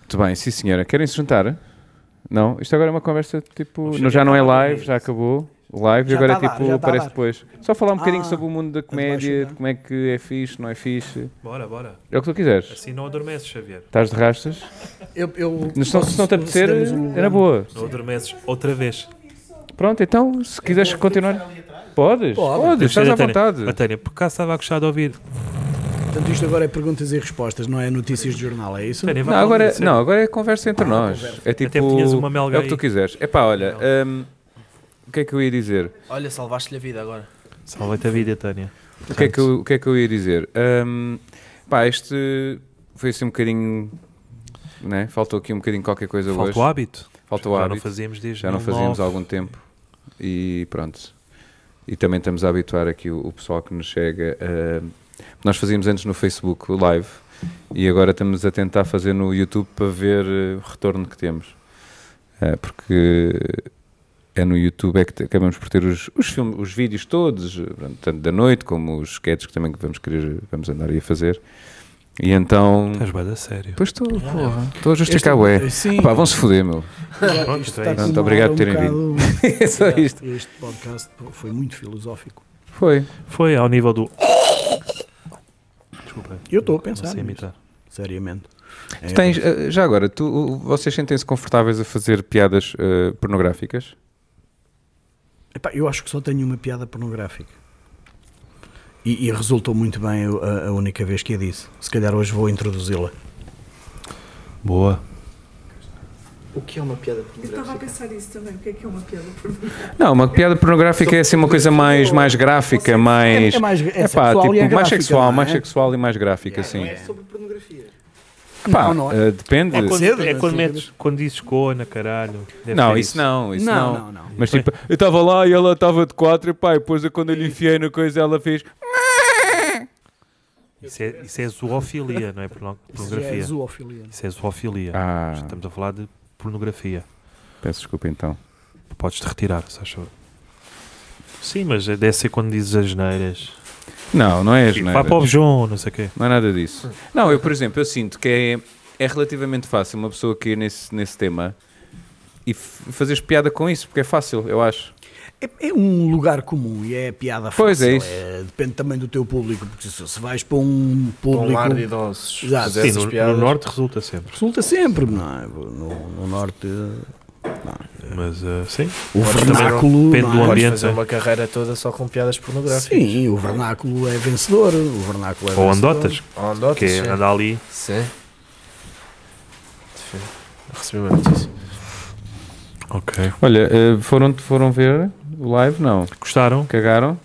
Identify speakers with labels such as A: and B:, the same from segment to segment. A: Muito bem, sim senhora. Querem se juntar? Não? Isto agora é uma conversa tipo. Não, já não é live, já acabou. Live e
B: Já
A: agora
B: tá a dar,
A: tipo,
B: já tá a
A: parece
B: dar.
A: depois. Só falar um bocadinho
B: Ah,
A: sobre o mundo da comédia, de como é que é fixe, não é fixe.
C: Bora, bora.
A: É o que tu quiseres.
C: Assim não adormeces, Xavier.
A: Estás de rastas?
B: Eu, eu
A: Mas se não- se não te
B: posso- um
A: apetecer,
B: cedemos o-
A: é na boa.
C: Não adormeces outra vez.
A: Pronto, então, se quiseres continuar. Podes,
B: Pode.
A: podes, estás à
C: Tânia,
A: vontade.
C: Ó, Tânia, por acaso estava a gostar de ouvir.
B: Portanto, isto agora é perguntas e respostas, não é notícias de jornal, é isso?
C: Tânia, vá
A: Não,
C: falar
A: agora,
C: disso.
A: não, agora é conversa entre nós. É tipo.
C: Até tinhas uma melga
A: é o que tu
C: aí.
A: quiseres. É pá, olha. hum, o que é que eu ia dizer?
D: Olha, salvaste-lhe a vida agora.
C: Salva-te a vida, Tânia.
A: O que é que eu, o que é que eu ia dizer? Hum, pá, este foi assim um bocadinho. Né? Faltou aqui um bocadinho qualquer coisa
C: Falta
A: hoje.
C: o hábito.
A: Faltou o
C: já não
A: hábito.
C: fazíamos desde
A: Já não fazíamos há
C: 2009.
A: algum tempo. E pronto. E também estamos a habituar aqui o, o pessoal que nos chega. a- nós fazíamos antes no Facebook o live e agora estamos a tentar fazer no YouTube para ver eh, o retorno que temos. Eh, porque é no YouTube é que te- acabamos por ter os, os, filmes, os vídeos todos, eh, pronto, tanto da noite como os sketches que também que vamos querer, vamos andar aí a fazer. E então.
C: Estás bem a sério.
A: Pois estou, porra, estou a justificar,
B: Este- é
A: ué.
B: Sim,
A: é. Pá, vão-se foder, meu.
C: Pronto,
B: isto
C: é
B: está
C: isso.
B: com
A: Pronto,
B: uma
A: obrigado por
B: hora
A: terem
B: um
A: É só isto.
B: bocado- Este podcast pô, foi muito filosófico.
A: Foi.
C: Foi ao nível do. Desculpa.
B: Eu estou a
C: Não
B: pensar,
C: sei
B: nisso,
C: imitar.
B: seriamente.
A: Tu
B: É,
A: tens, eh, já agora, tu, o- vocês sentem-se confortáveis a fazer piadas eh, pornográficas?
B: É, Epá, eu acho que só tenho uma piada pornográfica. E, e resultou muito bem eu- a, a única vez que a disse. Se calhar hoje vou introduzi-la.
C: Boa.
D: O que é uma piada
E: Eu estava a
D: pornográfica?
E: pensar isso também, o que é que é uma piada pornográfica?
A: Não, uma piada pornográfica é assim uma coisa mais, mais gráfica, mais.
B: mais, é
A: É pá, tipo, mais sexual, mais sexual e mais gráfica, sim.
D: É sobre pornografia.
A: Pá,
B: Não, não é.
A: eh, depende.
C: É quando,
B: cedo,
C: é
B: não
C: quando,
B: sei.
C: metes, quando dizes cona, caralho. Deve
A: Não,
C: ser
A: isso não, isso não.
B: Não, não, não.
A: Mas tipo, eu estava lá e ela estava de quatro e pá, e depois eu, quando eu lhe enfiei na coisa ela fez.
C: Isso é, isso é zoofilia, não é porno- pornografia.
B: zoofilia.
C: Isso é zoofilia.
A: Ah,
C: Estamos a falar de pornografia.
A: peço desculpa então.
C: Podes-te retirar, se achou. Sim, mas deve ser quando dizes as neiras.
A: Não, não é
C: Tipo, Vá
A: asneira.
C: para o João, não sei o quê.
A: Não é nada disso. Não, eu, por exemplo, eu sinto que é, é relativamente fácil uma pessoa cair nesse, nesse tema e f- fazeres piada com isso, porque é fácil, eu acho.
B: É, é um lugar comum e é a piada fácil.
A: Pois, é isso.
B: depende também do teu público, porque se, se vais para um público.
D: idosos.
B: Exato.
D: fazer
C: Sim,
D: essas
C: no, no
D: piadas.
C: Norte resulta sempre.
B: Resulta sempre, não é? No, no Norte,
C: Mas, eh, sim.
B: o
D: Pode
B: vernáculo.
C: depende
B: não
C: do
B: é?
D: Podes
C: ambiente,
D: fazer
C: é?
D: uma carreira toda só com piadas pornográficas.
B: Sim, o vernáculo é vencedor. O vernáculo é
C: Ou
B: vencedor.
C: andotas,
D: Ou andotas,
C: que é
D: sim.
C: andar ali.
D: Sim. Sim. Recebi uma notícia.
C: Ok.
A: Olha, eh, foram, foram ver o live? Não.
C: Gostaram?
A: Cagaram?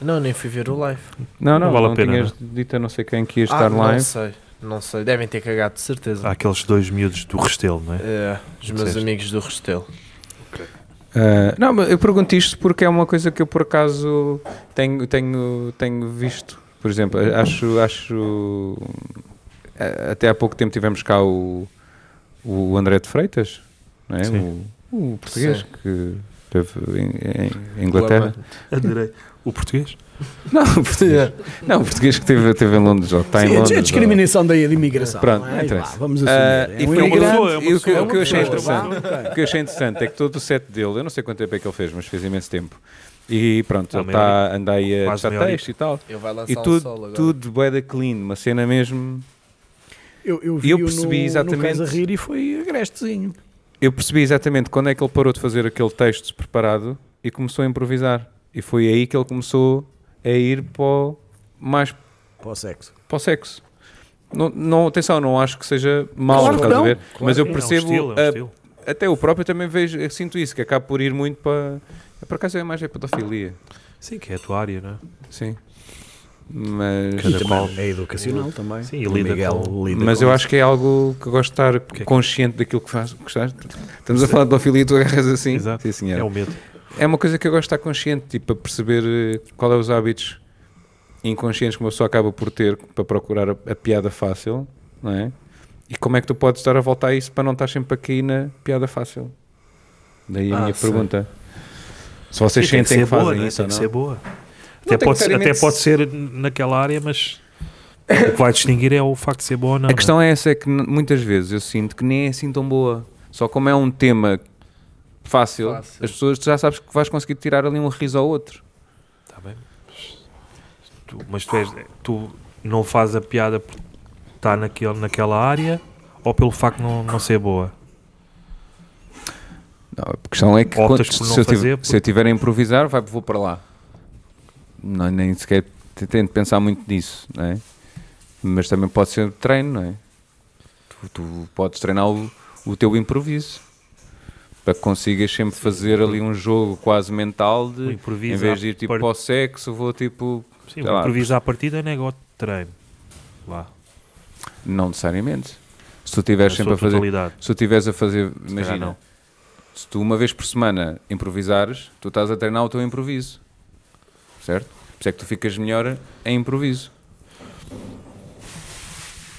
D: Não, nem fui ver o live.
A: Não, não,
C: Não é? vale a
A: não
C: pena,
A: tinhas dito a não sei quem que ia
D: Ah,
A: estar
D: não
A: live.
D: sei. Não sei. Devem ter cagado, de certeza.
C: Há aqueles dois miúdos do Restelo, não é?
D: É, os meus
C: Ah, Disseste.
D: amigos do Restelo.
A: Ah, não, mas eu pergunto isto porque é uma coisa que eu por acaso tenho, tenho, tenho visto. Por exemplo, a- acho, acho a- até há pouco tempo tivemos cá o, o André de Freitas, não é?
C: Sim.
A: O, o português
D: Sim.
A: que teve em, em- em Inglaterra.
C: Adorei. O português?
A: Não, o português, não, o português que teve, teve em Londres, ou está tá em
B: Sim, a-
A: Londres.
B: a
A: ou-
B: discriminação da da imigração.
A: Pronto,
B: não
A: não
B: é? E
A: interessa.
B: vá, vamos assumir.
A: Ah,
B: é
A: e foi
B: um imigrante.
A: engraçado.
C: pessoa, é uma
A: E o que-
C: pessoa,
A: o que eu achei
C: é uma pessoa.
A: interessante o que eu achei interessante é que todo o set dele, eu não sei quanto tempo é que ele fez, mas fez imenso tempo. E pronto,
C: Ah,
A: ele
C: meia
A: está anda aí a
C: Quase
A: testar
C: meia horita.
A: texto e tal.
D: Ele vai lançar
A: E
D: um solo
A: tudo,
D: agora.
A: tudo bué da clean, uma cena mesmo.
B: Eu, eu
A: eu
B: vi-o
A: percebi
B: no,
A: exatamente-
B: No Cais a rir e foi agrestezinho.
A: Eu percebi exatamente quando é que ele parou de fazer aquele texto preparado e começou a improvisar. E foi aí que ele começou a ir para o, mais
B: Para o sexo.
A: para o sexo. Não, não- atenção, não acho que seja mau,
B: Claro que
A: estás a
B: não.
A: ver?
B: Claro
A: mas eu
C: É um
A: percebo eh,
C: estilo, é um
A: a-
C: estilo.
A: Até o próprio também vejo, eu sinto isso, que acaba por ir muito para. Por acaso é mais é pedofilia.
C: Sim, que é a tua área, não é?
A: Sim. Mas.
C: Cada
B: E
C: qual.
B: também é educacional também.
C: Sim, e
B: O
C: lida
B: Miguel
C: com-
B: lida
A: Mas
B: com
A: eu
B: isso.
A: acho que é algo que eu gosto de estar
C: é que-
A: consciente daquilo que faz. Gostaste? Estamos a falar de pedofilia e tu agarras assim.
C: Exato.
A: Sim, senhora.
C: É o medo.
A: É uma coisa que eu gosto de estar consciente, tipo, a perceber eh, qual é os hábitos inconscientes que uma pessoa acaba por ter para procurar a, a piada fácil, não é? E como é que tu podes estar a voltar a isso para não estar sempre aqui na piada fácil? Daí a
D: Ah,
A: minha
D: sei.
A: pergunta. Se vocês
C: Sim, tem
A: sentem que,
C: ser boa,
A: fazem
C: né?
A: isso
C: Tem
A: ou
C: que
A: não?
C: ser boa. Até
A: tem
C: pode,
A: que
C: ser,
A: necessariamente
C: até pode ser naquela área, mas O que vai distinguir é o facto de ser boa ou não.
A: A questão é essa, é que n- muitas vezes eu sinto que nem é assim tão boa. Só como é um tema fácil,
D: Fácil.
A: as pessoas tu já sabes que vais conseguir tirar ali um riso ao outro.
C: é? Tá bem, mas tu, mas tu, és- tu não fazes a piada por estar naquele, naquela área ou pelo facto de não, não ser boa?
A: Não, a questão é que
C: Optas
A: quando-
C: por
A: se,
C: não
A: eu tiver,
C: fazer,
A: se eu tiver a improvisar, vai, vou para lá. Não, nem sequer t- tento pensar muito nisso, não é? Mas também pode ser treino, não é? Tu, tu podes treinar o, o teu improviso para que consigas sempre fazer ali um jogo quase mental
C: O
A: de
C: Um improviso
A: em vez
C: à
A: de ir tipo
C: part-
A: ao sexo, vou tipo. sei
C: Sim, um o
A: lá,
C: improviso à partida é negócio de treino. Lá.
A: Não necessariamente. Se tu estiveres
C: na
A: sempre
C: sua
A: a fazer
C: totalidade.
A: Se tu estiveres a fazer, imagina,
C: não.
A: se tu uma vez por semana improvisares, tu estás a treinar o teu improviso, certo? Por isso é que tu ficas melhor em improviso.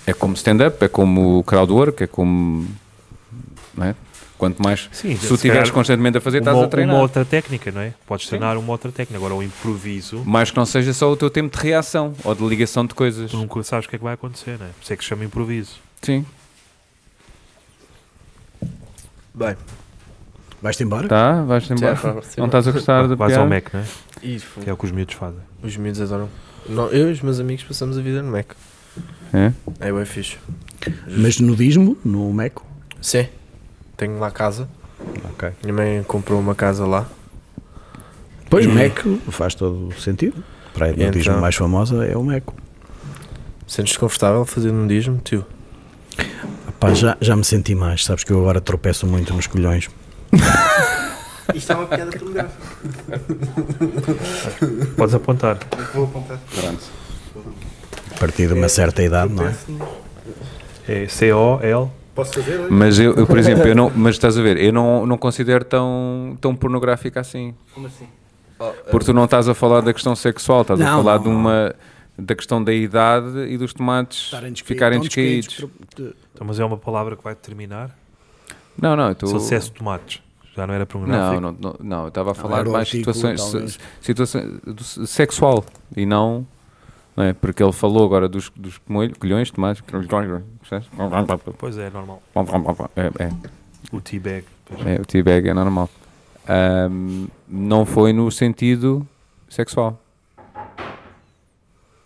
A: É como stand-up, é como crowdwork, é como. Não é? Quanto mais.
C: Sim,
A: se
C: se
A: tu estiveres
C: calhar
A: constantemente a fazer, estás
C: uma,
A: tá a treinar.
C: uma outra técnica, não é? Podes treinar uma outra técnica. Agora, o improviso,
A: Mais que não seja só o teu tempo de reação ou de ligação de coisas.
C: tu nunca sabes o que é que vai acontecer, não é? Por isso é que se chama improviso.
A: Sim.
D: Bem,
B: Vais-te embora?
A: Tá, vais-te embora. Não estás a gostar da
C: Vais ao
A: piada?
C: Mac, não é?
D: Isso foi.
C: Que é o que os miúdos fazem.
D: Os miúdos adoram. Não, eu e os meus amigos passamos a vida no Mac.
A: É?
D: É bem fixe.
B: Mas nudismo, no Meco.
D: Sim. Tenho lá casa.
B: Ok.
D: Minha mãe comprou uma casa lá.
B: Pois,
D: E-
B: Meco faz todo o sentido. A praia de
D: E
B: nudismo
D: então?
B: mais famosa é o Meco.
D: Sentes desconfortável fazer nudismo, tio?
B: Pá, já, já me senti mais, sabes que eu agora tropeço muito nos colhões.
E: Isto é uma piada pornográfica.
C: Podes apontar.
E: Vou apontar.
A: Pronto.
B: A partir de uma certa idade, não é?
C: É C-O-L.
E: Posso fazer? olha?
A: Mas eu, eu, por exemplo, eu não, mas estás a ver, eu não, não considero tão, tão pornográfica assim.
E: Como assim?
A: Porque tu não estás a falar da questão sexual, estás a
B: Não,
A: falar
B: não,
A: de uma da questão da idade e dos tomates ficarem descaídos.
C: Então, mas é uma palavra que vai determinar.
A: Não, não, eu tô...
C: Se ele dissesse tomates, já não era
A: não,
C: um pornográfico.
A: não, não, não, eu estava a falar
B: era o
A: mais
B: artigo,
A: situações,
B: talvez.
A: situações do- sexual e não, não é? porque ele falou agora dos, dos coelho- colhões, de tomates, percebes?
C: Pois é, é normal.
A: é, é.
C: O T-Bag.
A: É, o T-Bag é normal. Ahm, não foi no sentido sexual.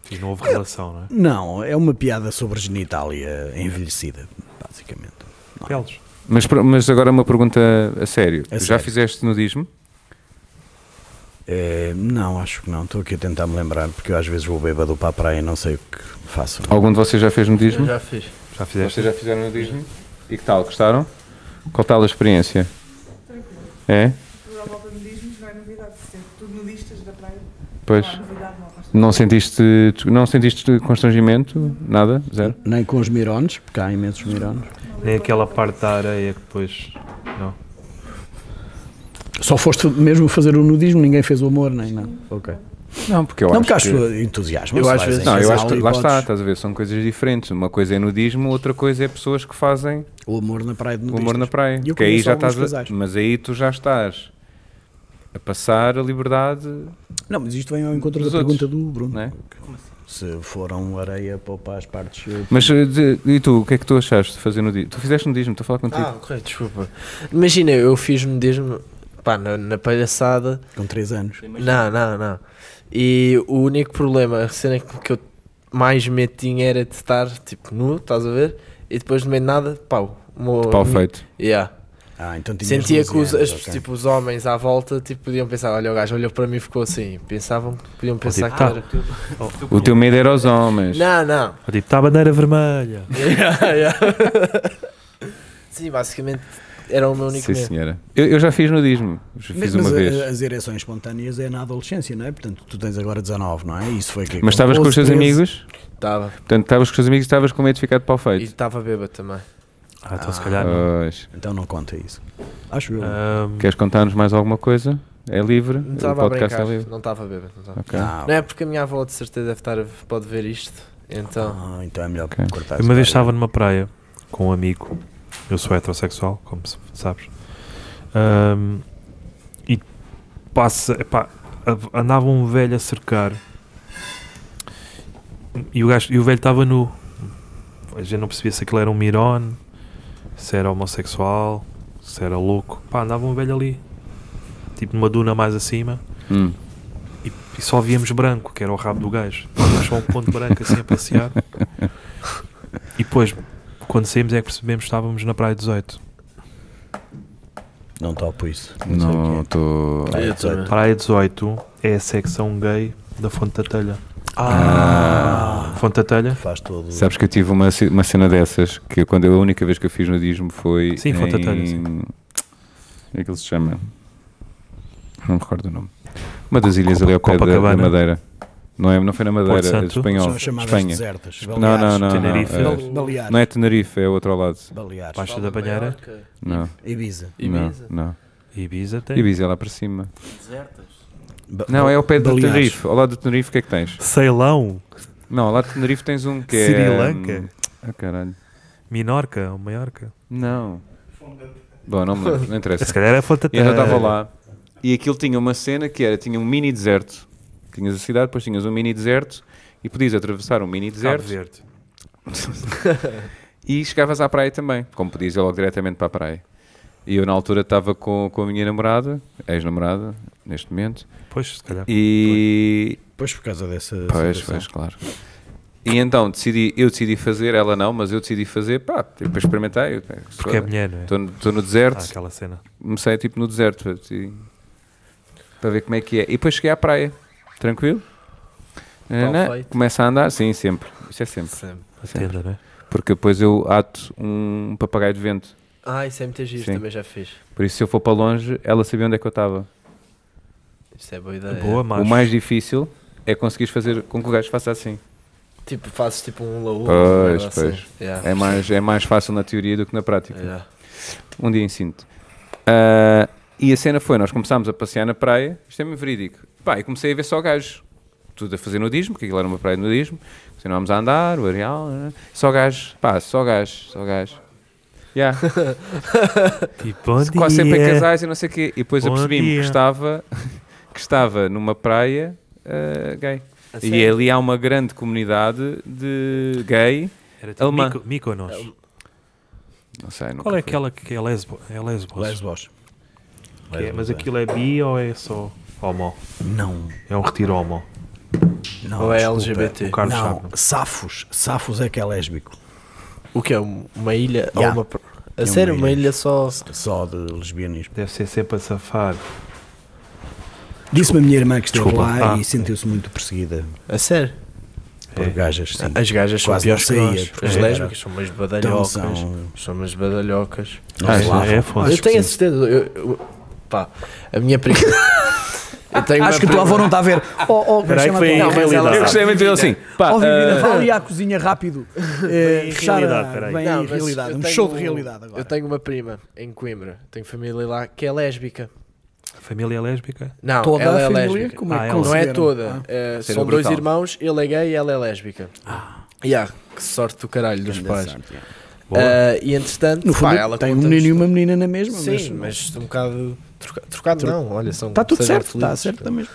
C: Sim, não houve relação, não é?
B: Não, é uma piada sobre genitália envelhecida, basicamente.
C: Peles.
A: Mas, pro- mas agora uma pergunta a sério.
B: A
A: Já
B: sério.
A: fizeste nudismo?
B: É, não, acho que não. Estou aqui a tentar me lembrar, porque eu às vezes vou bêbado para a praia e não sei o que faço.
A: Algum de vocês já fez nudismo?
D: já fiz.
C: Já fizeste.
A: Vocês já fizeram nudismo? E que tal? Gostaram? Qual tal a experiência? É?
E: Tudo à volta de nudismos não é novidade. Ser tudo nudistas da praia.
A: Pois.
E: Não há novidade, não há constante.
A: Não sentiste, não sentiste constrangimento? Nada? Zero?
B: Nem com os mirones, porque há imensos mirones.
C: Nem aquela parte da areia que depois. Não.
B: Só foste mesmo fazer o nudismo, ninguém fez o amor, nem não. Ok.
A: Não, porque eu
B: não,
A: acho
B: porque acho
A: que...
B: que entusiasmo.
D: Eu às vezes-
A: Não, eu acho que
B: que
A: lá está, tá. estás a ver, são coisas diferentes. Uma coisa é nudismo, outra coisa é pessoas que fazem
B: O amor na praia de
A: O
B: nudistas.
A: amor na praia.
B: E eu
A: Que aí
B: conheço
A: já
B: alguns
A: estás a-
B: casais.
A: mas aí tu já estás a passar a liberdade.
B: Não, mas isto vem ao encontro
A: Dos
B: da
A: outros.
B: pergunta do Bruno.
A: Não é?
B: Se foram areia para- para as partes... eh,
A: Mas eh, de- e tu, o que é que tu achaste de fazer nudismo? Tu fizeste nudismo, estou a falar contigo.
D: Ah, ok, desculpa. Imagina, eu fiz nudismo, pá, na, na palhaçada.
B: Com 3 anos.
D: Não, não, não. E o único problema, a cena que que eu mais medo tinha era de estar, tipo, nu, estás a ver? E depois, no meio de nada, pau. Mo,
A: Pau feito.
D: Yeah.
B: Ah, então tinhas
D: Sentia
B: 12
D: que os,
B: anos,
D: as-
B: ok.
D: tipo, os homens à volta tipo, podiam pensar, olha o gajo olhou para mim e ficou assim. Pensavam, podiam pensar
C: tipo,
D: que
C: tá.
D: era.
A: O teu medo era aos homens.
D: Não, não.
C: Ou Tipo, está a bandeira vermelha.
D: Yeah, yeah. Sim, basicamente era o meu único
A: Sim,
D: medo.
A: senhora. Eu, eu já fiz nudismo. Já
B: Mas,
A: fiz uma
B: mas eh, a-
A: vez.
B: as ereções espontâneas é na adolescência, não é? Portanto, tu tens agora 19, não é? Isso foi aqui.
A: Mas estavas com os teus
B: 13.
A: amigos?
D: Estava.
A: Portanto, estavas com os teus amigos e estavas com medo de ficar de pau
D: E
A: feito.
D: estava bêbado também.
C: Ah, então se
B: Ah.
C: calhar. não.
A: Pois.
B: Então não conta isso. Acho
A: Ah,
B: eu.
C: Ahm,
A: Queres contar-nos mais alguma coisa? É livre?
D: Não
A: o
D: estava a
A: podcast
D: brincar.
A: é livre.
D: Não estava bêbado. Não, estava.
A: Ok.
B: Ah,
D: não é porque a minha avó de certeza deve estar, a- pode ver isto. Então,
B: ah, então é melhor
A: Ok.
B: cortar
C: Uma vez
B: essa área.
C: estava numa praia com um amigo. Eu sou heterossexual, como se- sabes. Ahm, e passa. Epá, a- andava um velho a cercar. E o, gajo, e o velho estava nu. A gente não percebia se aquilo era um mirone, se era homossexual, se era louco. Pá, andava um velho ali, tipo numa duna mais acima,
A: Hum.
C: e, e só víamos branco, que era o rabo do gajo. Tava Só um ponto branco assim a passear. E depois, quando saímos, é que percebemos que estávamos na Praia 18.
B: Não topo isso.
A: Não
B: sei
A: estou.
B: o quê.
D: Eu também.
C: Praia 18 é a secção gay da Fonte da Telha.
A: Ah.
C: Fonte da Telha?
B: Faz todo.
A: Sabes que eu tive uma, ci- uma cena dessas que eu- quando eu- a única vez que eu fiz nudismo foi.
C: Sim, Fonte
A: em...
C: Telha, sim.
A: Como é que ele se chama? Não me recordo o nome. Uma das ilhas ali ao pé da, da
C: Copacabana.
A: Madeira. Não, é, não foi na
C: Porto
A: Madeira, é
C: Santo?
A: espanhol.
B: São as chamadas
A: Espanha.
B: desertas.
A: Não, não, não. Não,
C: Tenerife.
A: é-
D: Não.
B: Baleares.
A: não é Tenerife, é outro ao lado.
B: Baleares.
C: Baixa da Banheira?
A: Não,
B: Ibiza.
A: não,
D: Ibiza.
A: não.
C: Ibiza tem.
A: Ibiza é lá para cima.
B: Ba-
A: Não, é ao pé de
B: Baleares.
A: Tenerife. Ao lado de Tenerife, o que é que tens?
C: Ceilão,
A: Não, ao lado de Tenerife tens um que é.
C: Sri Lanka?
A: hum, Ah, caralho.
C: Minorca ou Maiorca.
A: Não. Bom, não, me lembro, não interessa.
C: Se calhar é Fonte da
A: E eu
C: Telha.
A: já estava lá. E aquilo tinha uma cena que era, tinha um mini deserto. Tinhas a cidade, depois tinhas um mini deserto e podias atravessar um mini
C: Cabo
A: deserto
C: Verde.
A: e chegavas à praia também, como podias ir logo diretamente para a praia. E eu na altura estava com, com a minha namorada, ex-namorada, neste momento,
C: Pois, se calhar.
A: e...
B: Pois por causa dessa.
A: Pois,
B: situação.
A: pois, claro. E então decidi, eu decidi fazer, ela não, mas eu decidi fazer, pá, para experimentar, eu
C: Porque é mulher, não é?
A: estou no, tô no
C: Ah,
A: deserto,
C: aquela cena.
A: comecei tipo no deserto assim, para ver como é que é. E depois cheguei à praia, tranquilo. Nananã,
D: feito.
A: começa a andar, sim, sempre. Isso é sempre.
C: A tenda, não é?
A: Porque depois eu ato um papagaio de vento.
D: Ah, isso é muito giro,
A: Sim.
D: também já fiz.
A: Por isso, se eu for para longe, ela sabia onde é que eu estava.
D: Isso é boa ideia.
C: Boa, mas.
A: O mais difícil é conseguir fazer com que o gajo faça assim.
D: Tipo, fazes tipo um laú.
A: Pois,
D: uma merda
A: pois.
D: assim. Yeah.
A: É mais, é mais fácil na teoria do que na prática.
D: Yeah.
A: Um dia ensino-te. Ah, e a cena foi, nós começámos a passear na praia, isto é mesmo verídico. Pá, e comecei a ver só gajos. Tudo a fazer nudismo, porque aquilo era uma praia de nudismo. Continuámos a andar, o areal, né? só gajos, pá, só gajos, só gajos. Yeah.
C: E Tipo, bom dia.
A: Quase sempre em casais e não sei o quê. E depois
C: Bom
A: apercebi-me
C: dia.
A: que estava, que estava numa praia ah, gay. E ali há uma grande comunidade de gay.
C: Era tipo
A: Alemã.
C: Mico- Mykonos.
A: Não sei, nunca
C: Qual é
A: fui.
C: aquela que é lesbo? É lesbos.
B: Lesbos.
C: Que é- mas
B: Lesbos, é.
C: aquilo é bi ou é só homo?
B: Não,
C: É um retiro homo.
B: não.
D: Ou é
B: desculpa.
D: LGBT?
C: O Carlos
B: não,
C: sabe.
B: Safos. Safos é que é lésbico.
D: O que é? Uma ilha?
B: Yeah.
D: Ou uma... pro- A sério, uma ilha só.
B: Só de lesbianismo.
C: Deve ser sempre a safar.
B: Disse-me a minha irmã que esteve
C: Desculpa.
B: lá
C: Ah,
B: e
C: sim.
B: sentiu-se muito perseguida
D: A sério?
B: por
C: É.
B: gajas. Sim.
D: As gajas são
B: Quase
D: piores que
B: não saía,
D: nós.
B: porque
D: As
B: era-
D: lésbicas são umas
B: Então
D: badalhocas. São...
B: são.
A: Ah,
D: umas badalhocas.
B: Não
C: Ah,
B: se
C: isso
B: lavam.
C: é foda.
B: Acho
D: eu tenho
B: que
D: a
B: sim.
D: certeza. Eu, eu- pá, a minha prima. eu tenho
B: Acho
D: uma
B: que a tua
D: prima-
B: avó não está a ver. Oh, oh,
C: Peraí
B: chama
C: que foi
B: a tua
C: em
B: avó.
D: mas ela-
A: Eu
C: realidade.
A: gostei muito dele assim. Pá,
B: Ó, Vivina,
A: ah,
B: vá ali à cozinha rápido. Eh,
C: em
B: fechar a-
C: realidade, peraí.
B: Bem,
D: Não,
B: em
D: mas
B: realidade.
D: eu
B: Um
D: tenho-
B: show de realidade agora.
D: Eu tenho uma prima em Coimbra. Tenho família lá que é lésbica.
C: A família é lésbica?
D: Não,
B: Toda
D: ela
B: a
D: é
B: família?
D: lésbica.
B: Como é que
C: Ah, ela-
D: Não é
B: conceberam?
D: toda.
B: Ah.
D: eh,
A: Seria
D: são dois
A: brutal.
D: irmãos, ele é gay e ela é lésbica. Yeah, que sorte do caralho dos
B: Ah. Grande
D: pais.
B: sorte, é.
C: Boa.
D: Eh, e entretanto,
B: No
D: pá,
B: fundo,
D: ela
B: tem um
D: conta-nos-
B: menino e uma menina na mesma.
D: Sim, mas um bocado troca- trocado.
B: Tro-
D: não, olha, são
B: Está tudo
D: sejam
B: certo, está
D: felizes.
B: certo também.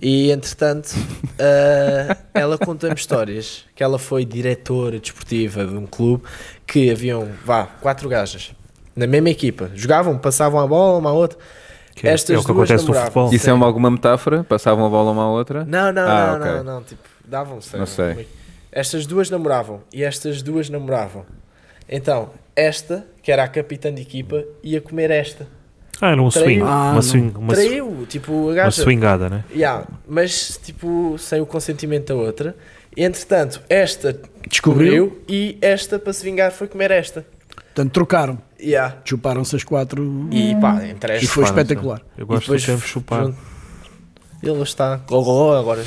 D: E entretanto, eh, ela conta-me histórias que ela foi diretora desportiva de um clube que haviam, vá, quatro gajas na mesma equipa. Jogavam, passavam a bola uma à outra.
C: Que é,
D: estas
C: é o que
D: duas
C: acontece no
D: namoravam.
C: futebol.
A: Isso é uma- alguma metáfora? Passavam a bola uma à outra?
D: Não, não,
A: Ah,
D: não,
A: ok.
D: não, não, tipo, davam-se.
A: Não sei.
D: Como é que- Estas duas namoravam e estas duas namoravam. Então, esta, que era a capitã de equipa, ia comer esta.
C: Ah, era um
D: Traiu.
C: swing.
B: Ah,
C: uma,
B: não.
C: swing uma, su-
D: Traiu, tipo, a
C: uma
D: gaja.
C: swingada, né?
D: Yeah, mas, tipo, sem o consentimento da outra. Entretanto, esta
B: Descobriu.
D: descobriu e esta, para se vingar, foi comer esta.
B: Portanto, trocaram.
D: Yeah.
B: Chuparam-se as quatro
D: E pá, entre
B: e
D: estas.
B: foi espetacular.
C: Eu
D: E
C: gosto de sempre
D: f-
C: chupar.
D: junto- Ele está. Gogó agora.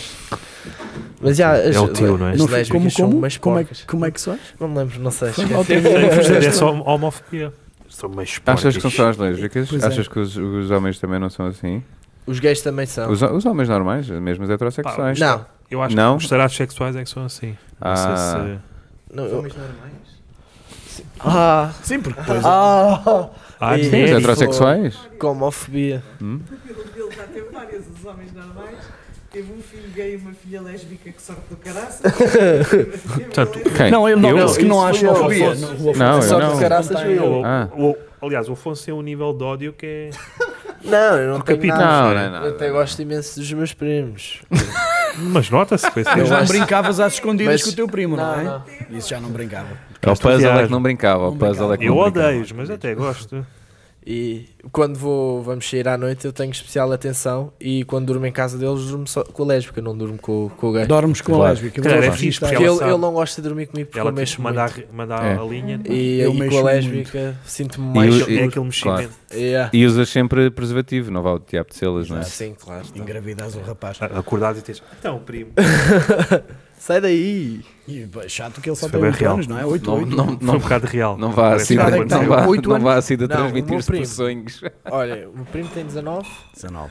D: Mas já.
C: É o tio, não é?
D: As
B: Não foi-
D: lésbicas
B: como,
D: são
B: como?
D: umas
B: Como é,
D: porcas.
B: como é que sois?
D: Não me lembro, não sei.
B: Foi
D: esquece.
B: mal tempo.
C: É só homofobia. São mais
A: Achas que são só as lésbicas?
B: Pois é.
A: Achas que os, os homens também não são assim?
D: Os gays também são.
A: Os, os homens normais, mesmo os heterossexuais.
D: Não,
C: Eu acho
A: Não?
C: que os tarados sexuais é que são assim. Não sei
A: Ah.
C: se-
D: não. eu- Ah,
B: Sim, porque depois
D: ah,
C: Ah,
D: E-
C: é,
A: Os
D: Sim.
C: isso.
A: É heterossexuais?
D: com homofobia.
E: Porque ele já teve várias, os homens normais. Teve um filho gay e uma filha lésbica, que sorte do caraças.
C: Portanto,
A: Quem?
B: Não, eu não,
C: Eu?
B: disse que não
D: Isso
B: acho
D: foi o
B: homofobia.
D: Afonso.
B: Não, o Afonso
A: Não,
B: disse
A: eu
B: que
A: não.
D: Caraças, eu.
C: O-
A: Ah.
C: o- aliás, o Afonso tem um nível de ódio que é.
D: Não, eu não
C: O
D: tenho
C: capitão.
D: nada.
A: Não, não é nada,
D: Eu até
A: não.
D: gosto imenso dos meus primos.
C: Mas nota-se que foi
B: Mas
D: Eu
B: não
D: acho-
B: brincavas às escondidas
D: Mas-
B: com o teu primo, não,
D: Não,
B: é?
D: não.
B: Isso já não brincava.
A: Ao puzzle é
C: viagem.
A: que não brincava, ao
B: Não
A: puzzle é que
C: Eu
A: não brincava.
C: odeio, mas até gosto.
D: E quando vou, vamos sair à noite, eu tenho especial atenção. E quando durmo em casa deles, durmo só com a lésbica, eu não durmo com, com o gay.
B: Dormes com a
A: Claro.
B: lésbica.
C: Cara,
B: mas
C: é
B: eu
C: fixe,
B: registei.
C: porque
D: Porque
C: ela
D: ele,
C: sabe.
D: ele não gosta de dormir comigo porque
C: Ela
D: eu
C: tem que
D: mexo
C: mandar,
D: muito.
C: mandar
A: É.
C: a linha.
D: E,
B: Eu
D: e
B: mexo
D: com a
B: muito.
D: lésbica sinto-me
A: E
D: mais.
A: o-
D: seguro.
C: É aquele meximento.
D: Yeah.
A: E usas sempre preservativo, não vá o diabo de selas, não é?
D: Ah, Sim, claro. tá.
B: Engravidas o rapaz.
C: A- Acordado e tens. Então, primo.
D: Sai daí!
B: E pá, chato que ele só
C: Isso
B: tem
C: foi
B: 8
C: real.
B: anos, não é? 8,
A: Não,
B: 8.
A: não,
C: Foi um
A: não,
C: bocado real.
A: não vá
C: Parece
A: assim,
C: que um
B: idade é
A: não,
B: que tem?
A: vá,
B: Oito
A: não
B: anos?
A: vá assim de
D: Não, o meu
A: transmitir-se por
D: primo.
A: sonhos.
D: Olha, o meu primo tem 19
B: 19,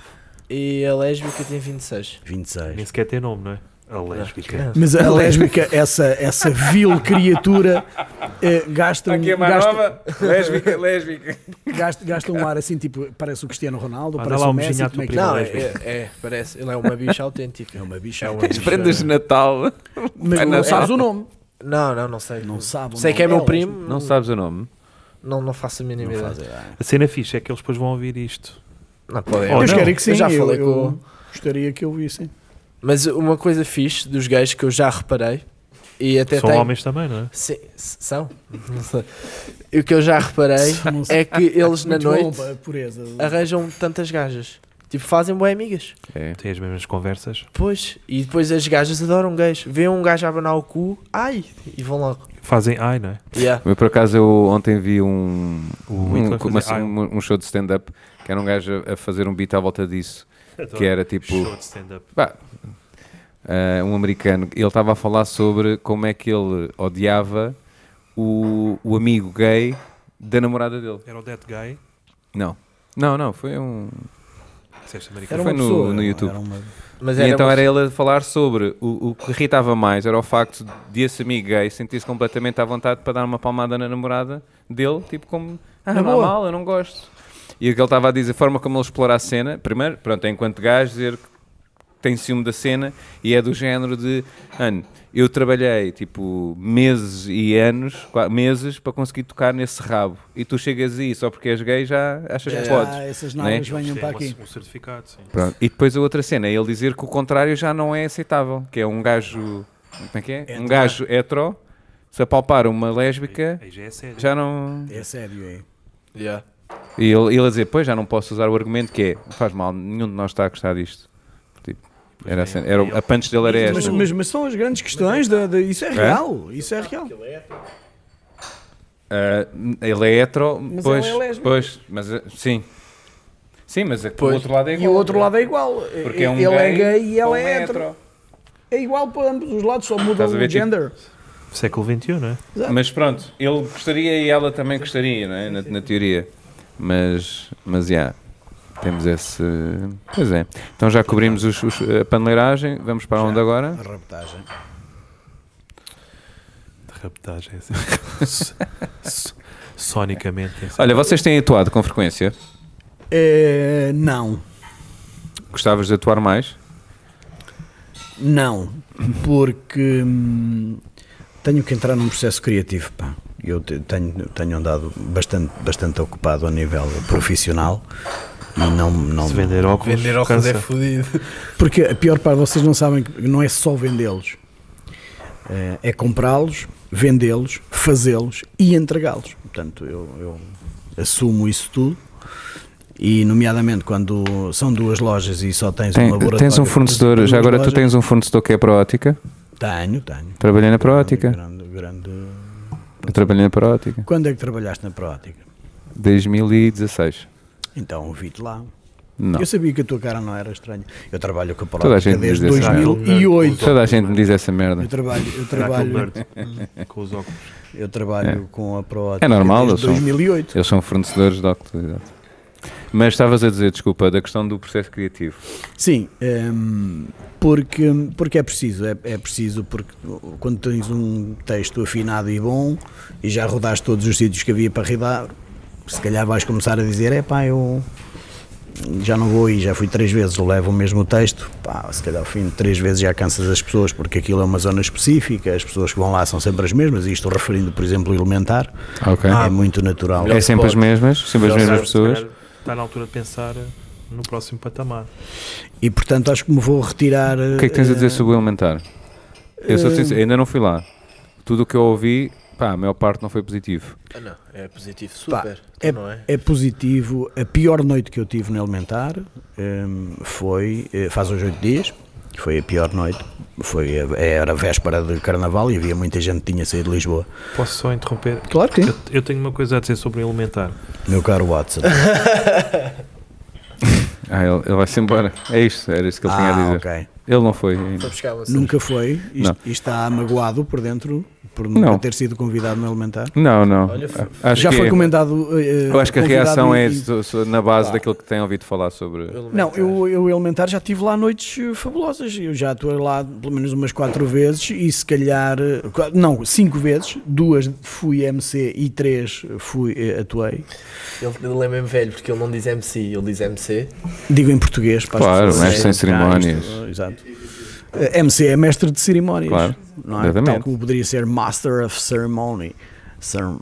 D: e a lésbica tem 26.
B: 26.
C: Nem sequer tem nome, não é? A lésbica.
B: Mas a lésbica, essa, essa vil criatura, eh, gasta,
C: é
B: um, gasta,
A: é lésbica, lésbica.
B: gasta, gasta um ar assim, tipo, parece o Cristiano Ronaldo,
C: Ah, dá
B: parece
C: lá
B: o
C: um
B: Messi.
C: beijinho à
B: Como é
C: tua
B: que
D: Não,
B: é?
D: é,
C: lésbica.
D: é, é, parece. Ele é uma bicha autêntica.
B: É uma bicha.
D: É uma
A: As
D: bicha.
A: prendas de Natal.
B: Mas
A: É
B: não
A: Natal.
B: sabes o nome.
D: Não, não, não sei.
B: Um Não sabe o
D: Sei
B: nome
D: que é meu
B: delas.
D: primo.
A: Não sabes o nome?
D: Não, não faço a mínima
B: Não
D: ideia.
B: faz ideia.
C: A cena fixe é que eles depois vão ouvir isto.
D: Não, pode,
C: Ou
B: Eu
C: não.
B: espero que sim.
D: Eu já falei
B: eu-
D: com.
B: eu Gostaria que eu vissem.
D: Mas uma coisa fixe dos gays que eu já reparei e até
C: São
D: tenho-
C: homens também, não é?
D: Sim, s- são. Não sei. E o que eu já reparei
B: Não sei.
D: é que eles na
B: Muito bom,
D: noite
B: pá, a pureza.
D: arranjam tantas gajas. Tipo, fazem boas amigas.
A: É.
C: Têm as mesmas conversas.
D: Pois. E depois as gajas adoram gays. Vêem um gajo a abanar o cu, ai, e vão logo.
C: Fazem ai, não é?
D: Yeah.
A: Mas por acaso eu ontem vi um,
C: O
A: um,
C: Hitler
A: uma-
C: fazia ai.
A: um- um show de stand-up que era um gajo a- a fazer um beat à volta disso. Que era tipo.
C: Show de stand-up.
A: Pá, eh, um americano, ele estava a falar sobre como é que ele odiava o, o amigo gay da namorada dele.
C: Era o Dead Guy.
A: Não, não, não, foi um.
C: Disseste
A: Era
C: americano.
A: um- foi no- no
B: era-
A: YouTube.
B: era uma-
D: Mas
A: E então
D: uma-
A: era ele a falar sobre o, o que irritava mais era o facto de esse amigo gay sentir-se completamente à vontade para dar uma palmada na namorada dele, tipo como ah,
B: Na
A: não há
B: boa.
A: mal, eu não gosto. E o que ele estava a dizer, a forma como ele explora a cena, primeiro, pronto, é enquanto gajo dizer que tem ciúme da cena e é do género de Mano, eu trabalhei tipo meses e anos, qua- meses, para conseguir tocar nesse rabo. E tu chegas aí só porque és gay já achas que
B: Já
A: podes.
B: Ah, essas
A: né?
B: naves
C: Eles têm
B: venham para
C: uma-
B: aqui.
C: Um certificado, sim.
A: Pronto. E depois a outra cena é ele dizer que o contrário já não é aceitável, que é um gajo. Como é que é? Um
B: Hetero.
A: gajo hetero se apalpar uma lésbica
C: Aí já é sério.
A: já não.
B: É sério, é.
D: Yeah.
A: E ele, ele a dizer, pois já não posso usar o argumento que é, não faz mal, nenhum de nós está a gostar disto. Tipo, era a, cena, era, o- a punch dele era
D: É
B: Mas,
A: esta.
B: mas, mas são as grandes questões. da- da- isso é real. Isso é real.
A: Ah, ele é hetero,
B: Mas
A: pois,
B: ela é lésbica.
A: pois, mas ah, sim. Sim, mas a-
D: Pois.
A: o outro lado é
B: E
A: igual.
B: o outro lado é igual.
A: Porque é um
B: ele é gay e
A: ou
B: ela
A: um
B: é hétero. É igual para ambos os lados, só muda
A: Estás a ver,
B: o
A: tipo-
B: gender.
C: Século XXI, não é?
A: Mas pronto, ele gostaria e ela também gostaria, não é? Na, na teoria. Mas, mas, já, temos esse... Pois é. Então já cobrimos os- os- a paneleiragem, vamos para onde agora?
B: A raptagem.
C: De raptagem. assim. S- s- Sonicamente. é assim.
A: Olha, vocês têm atuado com frequência?
B: É, não,
A: Gostavas de atuar mais?
B: não, porque hum, tenho que entrar num processo criativo. Pá. Eu te- tenho, tenho andado bastante, bastante ocupado a nível profissional. e Não, não,
C: Se vender óculos.
D: Vender óculos
C: cansa.
D: é fodido.
B: Porque a pior parte, vocês não sabem que não é só vendê-los, Eh, é comprá-los, vendê-los, fazê-los e entregá-los. Portanto, eu, eu assumo isso tudo. E, nomeadamente, quando são duas lojas e só tens um
A: Tem-
B: laboratório.
A: tens um fornecedor,
B: duas
A: já agora tu
B: lojas-
A: tens um fornecedor que é para a ótica?
B: Tenho, tenho.
A: Trabalhei na Proótica.
B: Grande, grande-
A: Eu trabalhei na Proótica.
B: Quando é que trabalhaste na Proótica?
A: 2016.
B: Então, ouvi-te lá.
A: Não.
B: Eu sabia que a tua cara não era estranha. Eu trabalho com a
A: Toda a gente
B: Proótica
A: diz
B: desde
A: isso, não é?
B: 2008.
A: Toda a gente me diz essa merda.
B: Eu trabalho, eu
C: Era aquele
B: trabalho,
C: nerd com os óculos.
B: Eu trabalho com a Proótica
A: É normal,
B: desde
A: eu sou-
B: 2008.
A: Eles são fornecedores de óculos, exato. Mas estavas a dizer, desculpa, da questão do processo criativo.
B: Sim, hum, porque, porque é preciso, é, é preciso porque quando tens um texto afinado e bom e já rodaste todos os sítios que havia para ridar, se calhar vais começar a dizer, é pá, eu já não vou e já fui três vezes, levo o mesmo texto, pá, se calhar ao fim de três vezes já cansas as pessoas, porque aquilo é uma zona específica, as pessoas que vão lá são sempre as mesmas, e estou referindo, por exemplo, o elementar,
A: Ok.
B: é muito natural.
A: é sempre as mesmas, sempre as
D: Melhor
A: mesmas
D: spot.
A: pessoas.
C: Está tá na altura de pensar no próximo patamar.
B: E portanto acho que me vou retirar. eh,
A: O que é que tens a dizer sobre o elementar? Eu sou sincero, ainda não fui lá. Tudo o que eu ouvi, pá, a maior parte não foi positivo.
D: Ah, não, é positivo, super.
B: é-
D: então não é?
B: É positivo. A pior noite que eu tive no Elementar hum, foi. eh, faz uns oito dias. Foi a pior noite. Foi a- era a véspera de carnaval e havia muita gente que tinha saído de Lisboa.
C: Posso só interromper?
B: Claro que
C: Eu, eu tenho uma coisa a dizer sobre o elementar.
B: Meu caro Watson.
A: Ah, ele, ele vai-se embora. É isto, era isso que ele tinha a
B: ah,
A: dizer.
B: ok.
A: Ele não foi ainda.
D: Vou buscar uma cerveja.
B: Nunca foi. E,
A: Não.
B: e está magoado por dentro por nunca
A: Não.
B: ter sido convidado no Elementar.
A: Não, não.
D: Olha, foi-
A: acho
B: Já
A: que
B: foi
A: é.
B: comentado. eh,
A: Eu acho que a
B: convidado
A: reação
B: e-
A: é
B: e-
A: so- so- na base
D: Pá.
A: daquilo que tem ouvido falar sobre.
B: Não, eu, eu elementar já tive lá noites eh, fabulosas. Eu já atuei lá pelo menos umas quatro vezes e se calhar. eh, qua- Não, cinco vezes. Duas fui MC e três fui, eh, atuei.
D: Ele, ele é mesmo velho porque ele não diz MC, ele diz MC.
B: Digo em português. Para as
A: Claro,
B: pessoas
A: mestre
B: saberem
A: sem
B: tocar,
A: cerimónias.
B: isto, eh, Exato. Eh, MC é mestre de cerimónias.
A: Claro,
B: Não é?
A: exatamente.
B: Tal como poderia ser Master of Ceremony. Ceremony.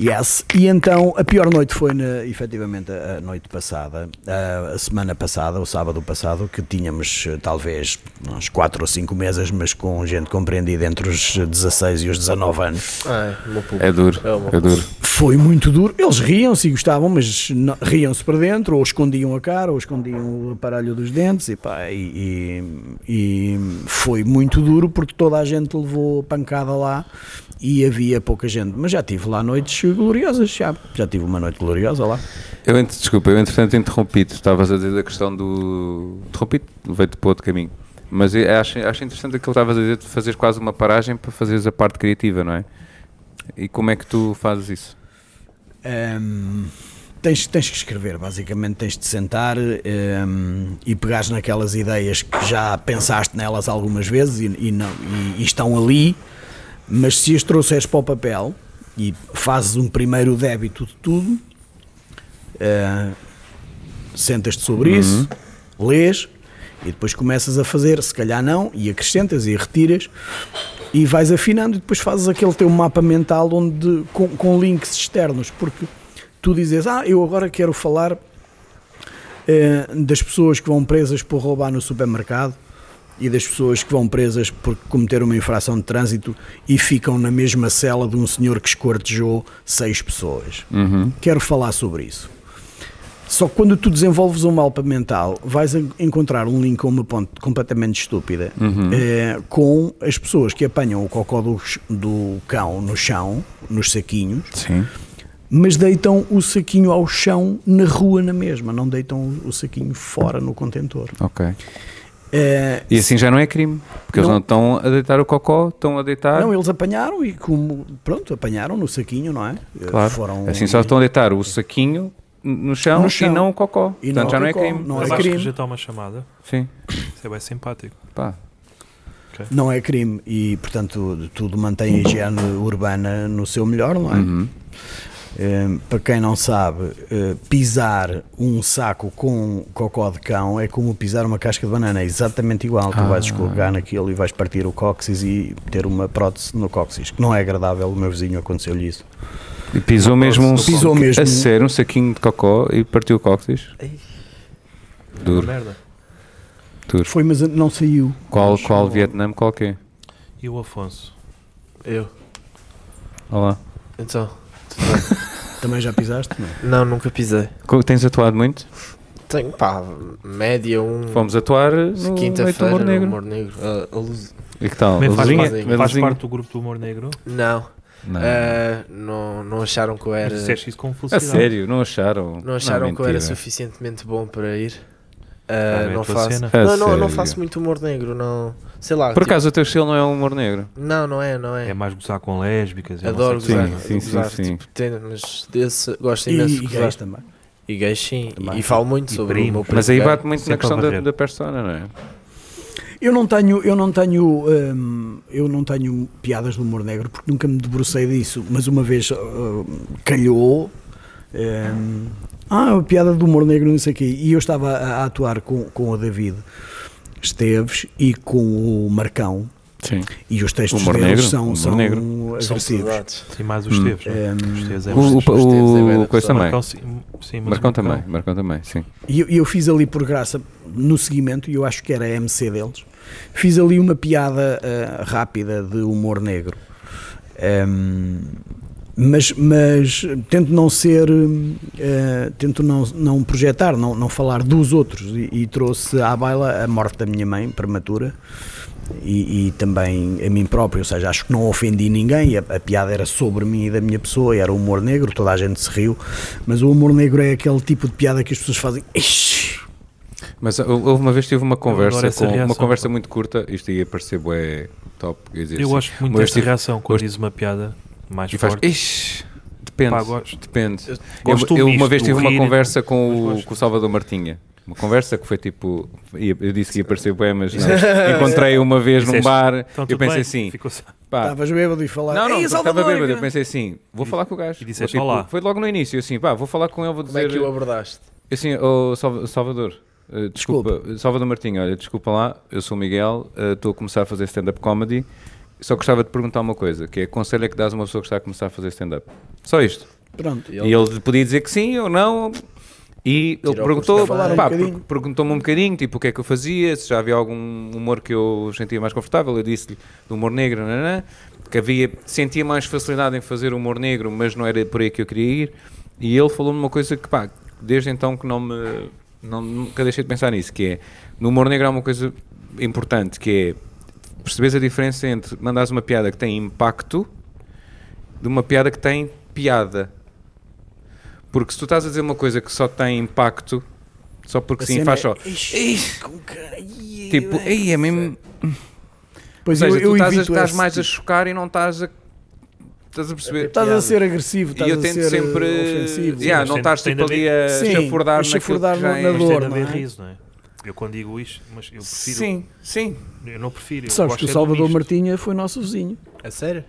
B: Yes, e então a pior noite foi na, efetivamente a a noite passada, a, a semana passada, o sábado passado, que tínhamos eh, talvez uns 4 ou 5 mesas, mas com gente compreendida entre os 16 e os 19 anos.
D: Ai, o meu pulo.
A: É duro,
D: Ah, É uma-
A: é duro.
B: Foi muito duro, eles riam-se e gostavam, mas não- riam-se para dentro, ou escondiam a cara, ou escondiam o aparelho dos dentes, e pá, e, e- e foi muito duro porque toda a gente levou pancada lá. E havia pouca gente, mas já tive lá noites gloriosas, já, já tive uma noite gloriosa lá.
A: Eu, ent- desculpa, eu entretanto interrompi-te. Estavas a dizer da questão do. Interrompi-te, levei-te para outro caminho. Mas eu acho, acho interessante aquilo que estavas a dizer de fazeres quase uma paragem para fazeres a parte criativa, não é? E como é que tu fazes isso?
B: Hum, tens, tens que escrever, basicamente tens de sentar hum, e pegares naquelas ideias que já pensaste nelas algumas vezes e, e não, e- e estão ali, mas se as trouxeres para o papel e fazes um primeiro débito de tudo, eh, sentas-te sobre isso, lês e depois começas a fazer, se calhar não, e acrescentas e retiras e vais afinando e depois fazes aquele teu mapa mental onde com, com links externos, porque tu dizes, ah, eu agora quero falar eh, das pessoas que vão presas por roubar no supermercado e das pessoas que vão presas por cometer uma infração de trânsito e ficam na mesma cela de um senhor que escortejou seis pessoas. Quero falar sobre isso. Só que quando tu desenvolves um mapa mental, vais en- encontrar um link a uma ponte completamente estúpida
A: Uhum.
B: eh, com as pessoas que apanham o cocó do, ch- do cão no chão, nos saquinhos,
A: Sim.
B: mas deitam o saquinho ao chão na rua na mesma, não deitam o- o saquinho fora no contentor.
A: Ok.
B: Eh,
A: E assim já não é crime, porque eles
B: Não.
A: não estão a deitar o cocó, estão a deitar.
B: não, eles apanharam e como, pronto, apanharam no saquinho, não é? Eh,
A: claro.
B: Foram
A: Assim só estão a deitar o saquinho no chão,
B: No chão.
A: e não o cocó.
B: E não
A: Portanto,
B: o
A: já não é
B: cocó,
A: crime.
B: não é
C: Mas acho que
B: crime.
C: rejeitar uma chamada,
A: Sim.
C: isso é bem simpático.
A: Pá.
B: Não é crime e, portanto, tudo mantém a higiene urbana no seu melhor, não é? Eh, para quem não sabe, eh, pisar um saco com cocó de cão é como pisar uma casca de banana, é exatamente igual. Tu vais escorregar naquilo e vais partir o cóccix e ter uma prótese no cóccix, que não é agradável. O meu vizinho aconteceu-lhe isso.
A: E pisou mesmo um
B: Pisou
A: saco-
B: mesmo.
A: a sério, um saquinho de cocó e partiu o cóccix.
D: Ei.
A: Duro,
D: Merda.
A: duro.
B: Foi, mas não saiu.
A: Qual, qual Vietnã, qual quê?
C: E o Afonso?
D: Eu.
A: Olá.
D: Então.
B: Também já pisaste? Não. é?
D: Não, nunca pisei.
A: Co- Tens atuado muito?
D: Tenho, pá, média um.
A: Fomos atuar eh, no Quinta-feira,
D: Quinta-feira
A: Humor
D: no
A: Negro.
D: Humor Negro. Ah, a luz-
A: E que tal?
C: Também faz,
A: Luzinha?
C: parte-
A: Mas
C: faz
A: Luzinha?
C: parte do grupo do Humor Negro.
D: Não.
A: Não.
D: Ah, não. Não acharam que eu
C: Mas
D: era.
C: disseste isso com
A: A
C: felicidade.
A: sério, Eh, não acharam?
D: Não acharam que eu era
A: mentira.
D: suficientemente bom para ir.
C: Ah,
D: Ah,
C: é a
D: não
C: tua
D: faço.
C: cena.
A: A
D: Não, não, não
A: sério.
D: faço muito humor negro, não. Sei lá.
A: Por
D: tipo-
A: acaso o teu estilo não é o humor negro?
D: Não, não é, não é.
C: É mais gozar com lésbicas. é eu não
D: Adoro
C: sei o
D: gozar,
C: quê.
A: é Sim, sim,
D: gozar,
A: sim, sim.
D: tipo, tem- mas desse gosto
B: E,
D: imenso de
B: e
D: gozar.
B: gays também.
D: E gays sim,
A: É
B: Também.
D: e, e falo muito
C: E
D: sobre o meu
C: primos.
A: Mas aí
D: primo gay.
A: bate muito na
C: Sempre
A: questão
C: a
A: da,
C: varrer.
A: da persona, não é?
B: Eu não tenho, eu não tenho, hum, eu não tenho piadas do humor negro porque nunca me debrucei disso, mas uma vez hum, calhou Ehm, ah, a piada do humor negro, não sei o quê. E eu estava a, a atuar com, com o David Esteves e com o Marcão.
A: Sim.
B: E os textos
A: Humor
B: deles
A: negro,
B: são,
A: humor
B: são
A: negro.
D: São
B: agressivos.
D: pesados.
C: Sim, mais os
A: Hum.
C: teus. não é?
B: Ehm,
C: Os teus é
A: O, o,
C: mais-
A: o, o coisa também.
C: Marcão, sim, sim, mas
A: Marcão
C: o Marcão-
A: também, Marcão também, sim.
B: E eu, eu fiz ali por graça, no seguimento, e eu acho que era a MC deles, fiz ali uma piada ah, rápida de humor negro. Ahm, mas, mas tento não ser, hum, ah, tento não, não projetar, não, não falar dos outros. E, e trouxe à baila a morte da minha mãe, prematura, e, e também a mim próprio. Ou seja, acho que não ofendi ninguém. A, a piada era sobre mim e da minha pessoa, e era humor negro, toda a gente se riu. Mas o humor negro é aquele tipo de piada que as pessoas fazem. "Ixi,
A: Mas hou- houve uma vez tive uma conversa,
C: essa
A: com, uma
C: reação,
A: conversa
C: pá.
A: muito curta, isto ia parecer bué top, ia dizer
C: Eu
A: assim,
C: gosto muito
A: Mas
C: dessa
A: tive-
C: reação quando
A: gosto-
C: diz uma piada mais
A: e faz,
C: forte.
A: ixi, depende,
C: Pá, gosto.
A: depende.
D: Eu-
A: Eu,
C: Gosto do
A: eu uma
C: misto,
A: vez
C: do
A: tive uma
C: rir,
A: conversa com o,
C: gosto.
A: com o Salvador Martinha. Uma conversa que foi tipo. ia- Eu disse que ia parecer bué, mas não. encontrei uma vez num
C: Disseste,
A: bar.
C: Então,
A: eu
C: tudo
A: pensei
C: bem,
A: assim.
C: ficou
B: É
C: só-
A: Pá,
B: Estavas bêbado e falar.
A: não, não,
B: "Ei,
A: eu estava
B: Salvador,
A: bêbado. Eu
B: cara."
A: pensei assim, vou falar com o gajo.
C: e disseste,
A: Vou,
C: "Olá."
A: Foi logo no início, eu assim, pá, vou falar com ele, vou
D: Como
A: dizer.
D: é que o abordaste?
A: Eu Assim, ô Salva- Salvador, eh, desculpa, Salvador Martinho, olha, desculpa lá, eu sou o Miguel, eh, estou a começar a fazer stand-up comedy, só gostava de perguntar uma coisa, que é, conselho é que dás a uma pessoa que está a começar a fazer stand-up? Só isto.
B: Pronto.
D: E
A: E
D: ele-
A: ele podia dizer que sim ou não, e ele
D: Tirou
A: perguntou,
D: o curso
B: da
A: pá,
B: mãe.
A: per- perguntou-me um bocadinho, tipo, o que é que eu fazia, se já havia algum humor que eu sentia mais confortável, eu disse-lhe do humor negro, nanã, que havia, sentia mais facilidade em fazer humor negro, mas não era por aí que eu queria ir, e ele falou-me uma coisa que, pá, desde então que não me, não, nunca deixei de pensar nisso, que é, no humor negro há uma coisa importante, que é, percebes a diferença entre mandares uma piada que tem impacto, de uma piada que tem piada. Porque se tu estás a dizer uma coisa que só tem impacto, só porque
B: A
A: sim,
B: cena
A: faz
B: é,
A: só.
B: "Ixi,
A: "Ih",
B: com cara- Ih,
A: Tipo,
B: bem."
A: aí é mesmo. Ou
B: Pois
A: seja,
B: eu, eu
A: tu estás, a-
B: evito
A: estás
B: esse
A: mais a
B: tipo.
A: chocar e não estás a. Estás a perceber?
B: Estás a ser agressivo,
A: E
B: estás
A: eu
B: a
A: tento
B: ser
A: sempre.
B: eh, ofensivo.
A: Yeah,
C: Mas
A: não
C: tem-
A: estás
C: tem
A: tipo
C: de
A: ali a
C: haver-
B: Sim,
A: chafurdar
B: a
A: naquilo
B: chafurdar
A: que já é-
B: na
C: Mas tem de
B: não
C: haver
B: é?
C: riso, não é? Eu quando digo isto, mas eu prefiro.
A: Sim, sim.
C: Eu não prefiro. eu
B: Sabes
C: gosto
B: que o
C: é do
B: Salvador
C: misto.
B: Martinha foi nosso vizinho.
D: A sério?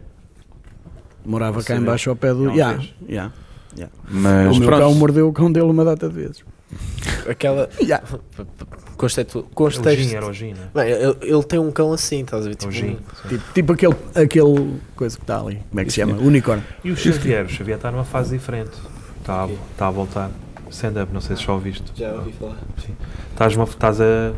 B: Morava cá
C: sabia.
B: embaixo ao pé do.
C: Não,
B: Yeah,
C: fez.
B: yeah.
A: Mas
B: o meu cão
A: pronto.
B: mordeu o cão dele uma data de vezes.
D: Aquela.
B: Yeah.
D: Constatu...
C: Era É o Gin,
D: Constexto...
C: era o Gin, né?
D: Bem, ele, ele tem um cão assim, estás a ver?
C: Era o
D: Tipo,
C: Gin.
D: um-
B: Tipo, tipo aquele, aquele coisa que está ali. Como é que se chama? Unicórnio.
C: E o Xavier? O Xavier está numa fase diferente. Está a, está a voltar. Stand-up, não sei se já ouviste.
D: Já ouvi falar.
C: Estás, uma- estás a,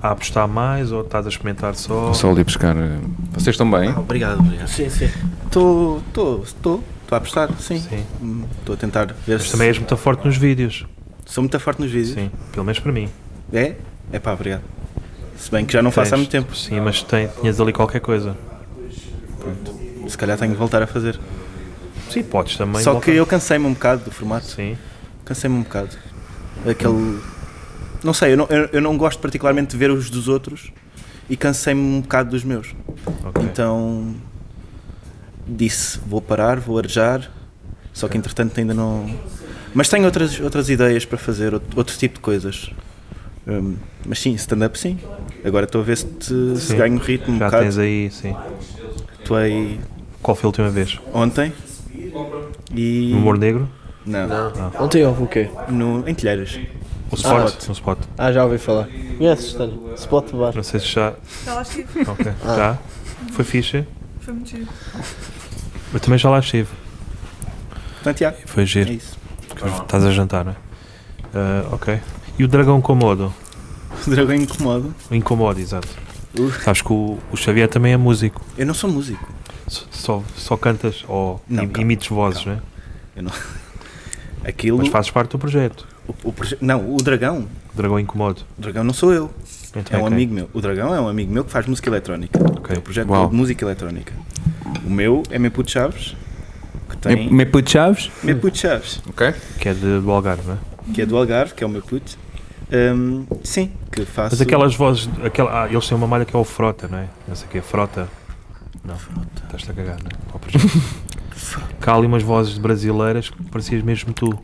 C: a apostar mais ou estás a experimentar só?
A: Só ali buscar. eh, Vocês estão bem?
F: Ah, obrigado, obrigado.
D: Sim, sim.
F: Estou, estou, estou, estou a apostar, sim. Hum,
C: Sim.
F: Estou a tentar ver
C: Mas
F: se...
C: também és muito forte nos vídeos.
F: Sou muito forte nos vídeos.
C: Sim. Pelo menos para mim.
F: É? É pá, obrigado. Se bem que já não faço há
C: Tens-
F: muito tempo.
C: Sim, mas tem, tinhas ali qualquer coisa.
F: Se calhar tenho de voltar a fazer.
C: Sim, podes também.
F: Só
C: voltar.
F: que eu cansei-me um bocado do formato.
C: Sim.
F: Cansei-me um bocado. Aquele... Não sei, eu não, eu, eu não gosto particularmente de ver os dos outros e cansei-me um bocado dos meus.
C: ok.
F: Então... Disse, vou parar, vou arejar. Só que entretanto ainda não... Mas tenho outras, outras ideias para fazer, outro, outro tipo de coisas. Hum, mas sim, stand-up sim. Agora estou a ver se, te, se
C: Sim.
F: ganho ritmo um
C: já
F: bocado.
C: tens aí, sim.
F: Atuei
C: Qual foi a última vez?
F: ontem e.
C: No Humor Negro?
F: Não,
D: Não. Ontem houve o quê?
F: No, em Telheiras.
C: No spot?
F: Spot.
C: No spot.
D: Ah, já ouvi falar. Conheces, Stan? Spot Bar.
C: Não sei se já.
E: Já lá estive.
C: Ok.
F: Ah.
C: Já? Foi fixe?
E: Foi muito giro.
C: Eu também já lá estive.
F: Portanto, já,
C: Foi
F: é
C: giro.
F: isso.
C: Porque Estás a jantar, não é? Ah, ok. E o Dragão Comodo?
F: O dragão incomoda.
C: O Incomodo, exato.
F: Uh.
C: Sabes que o, o Xavier também é músico.
F: Eu não sou músico.
C: Só, só, só cantas ou
F: Não,
C: im-
F: calma,
C: imites vozes, né?
F: Aquilo.
C: Mas fazes parte do projeto.
F: o- o proje- não, o dragão.
C: O Dragão Incomodo.
F: O dragão não sou eu.
C: Então,
F: É um
C: ok.
F: amigo meu. O dragão é um amigo meu que faz música eletrónica.
C: Ok.
F: É um projeto
A: Uau.
F: de música eletrónica. O meu é Meputo Chaves. Que tem.
A: Me puto chaves?
F: Meputo Chaves.
A: Ok.
C: Que é de, do Algarve, não é?
F: Que é do Algarve, que é o meu puto. Hum, sim, que faço.
C: Mas aquelas vozes. Aquela, ah, eles têm uma malha que é o Frota, não é? Não sei o que é. Frota. Não. Estás-te a cagar, não é? Para o projeto. Cá há ali umas vozes brasileiras que parecias mesmo tu.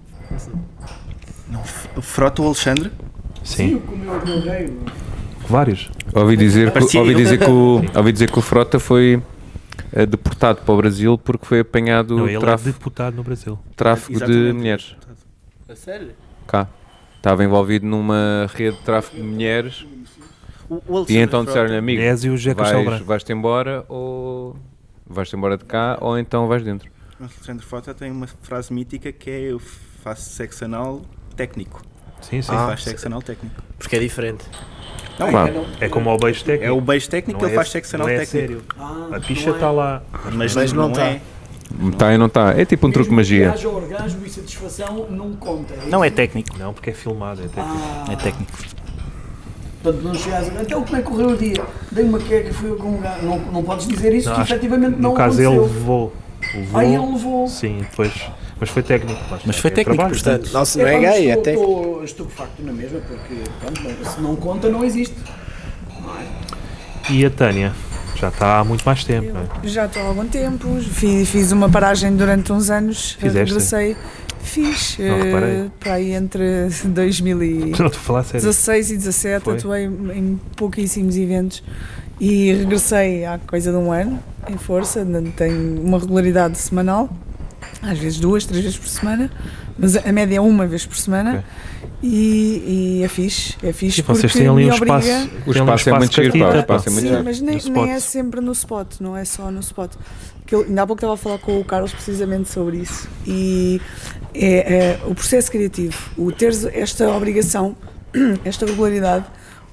F: Frota o Alexandre.
C: Sim. Vários.
G: é?
A: Ouvi dizer, que,
F: Parecia
A: ouvi,
F: eu.
A: dizer que o, ouvi dizer que o Frota foi eh, deportado para o Brasil porque foi apanhado
C: Não, ele
A: tráfico,
C: é deputado no Brasil.
A: tráfico de
F: Exatamente.
A: mulheres.
D: A sério?
A: Cá. Estava envolvido numa rede de tráfico de mulheres
F: O, o Alexandre
A: e então
F: Frota-
A: disseram-lhe, amigo,
C: Ézio Jeca
A: vais,
C: Chalbrá.
A: vais-te embora ou vais-te embora de cá ou então vais dentro.
F: O Alexandre Frota tem uma frase mítica que é eu faço sexo anal técnico.
C: Sim, sim.
F: Sim,
D: Ah,
F: faz
D: sim.
F: sexo anal técnico.
D: Porque é diferente.
F: Não,
A: Pá,
C: É como ao beijo técnico.
F: É o beijo técnico,
C: Não
F: ele
C: é-
F: faz sexo anal
C: não é
F: técnico. é.
C: sério.
G: Ah,
C: A picha
G: é.
C: tá está lá.
F: Mas,
D: Mas não
F: não,
D: tá.
F: é.
A: Está e não está. É tipo um truque de magia.
G: Mesmo que haja orgasmo e satisfação, não conta.
F: Não é técnico.
C: Não, porque é filmado. É técnico.
G: Ah,
F: É técnico.
G: Portanto, não chegas a então como é que correu o dia? Dei uma queca, fui com um gajo. Não, não podes dizer isso,
C: Não,
G: que
C: acho-
G: efetivamente não
C: no caso, ele
G: aconteceu.
C: levou. Levou.
G: Aí ele levou.
C: Sim, depois. Mas foi técnico. lá está,
F: Mas foi
C: é
F: técnico,
C: trabalho.
F: portanto.
D: Portanto, nossa, não
G: É,
D: é
G: pá,
D: gay,
G: estou-
D: é técnico.
G: Estou estupefacto na mesma, porque pronto, bem, se não conta, não existe.
C: E a Tânia? Já está há muito mais tempo, não é?
E: Já estou há algum tempo, fiz, fiz uma paragem durante uns anos, eh,
C: Fizeste?
E: regressei. Fiz,
C: Não
E: eh,
C: reparei.
E: para aí entre 2016
C: Não estou a falar sério.
E: e 17,
C: Foi?
E: atuei em em pouquíssimos eventos e regressei há coisa de um ano, em força, não tenho uma regularidade semanal, às vezes duas, três vezes por semana, mas a a média é uma vez por semana. E, e é fixe, é fixe
C: E vocês
E: porque
C: têm ali
E: me
C: um
E: obriga-
C: espaço.
A: O
C: têm ali um
A: espaço é muito giro,
C: catita,
A: pá, o
C: pá.
A: espaço é muito
E: Sim,
A: giro.
E: mas
C: No
E: nem,
C: spot.
E: nem é sempre no spot, não é só no spot. Que eu, ainda há pouco estava a falar com o Carlos precisamente sobre isso. E é, é, o processo criativo, o teres esta obrigação, esta regularidade,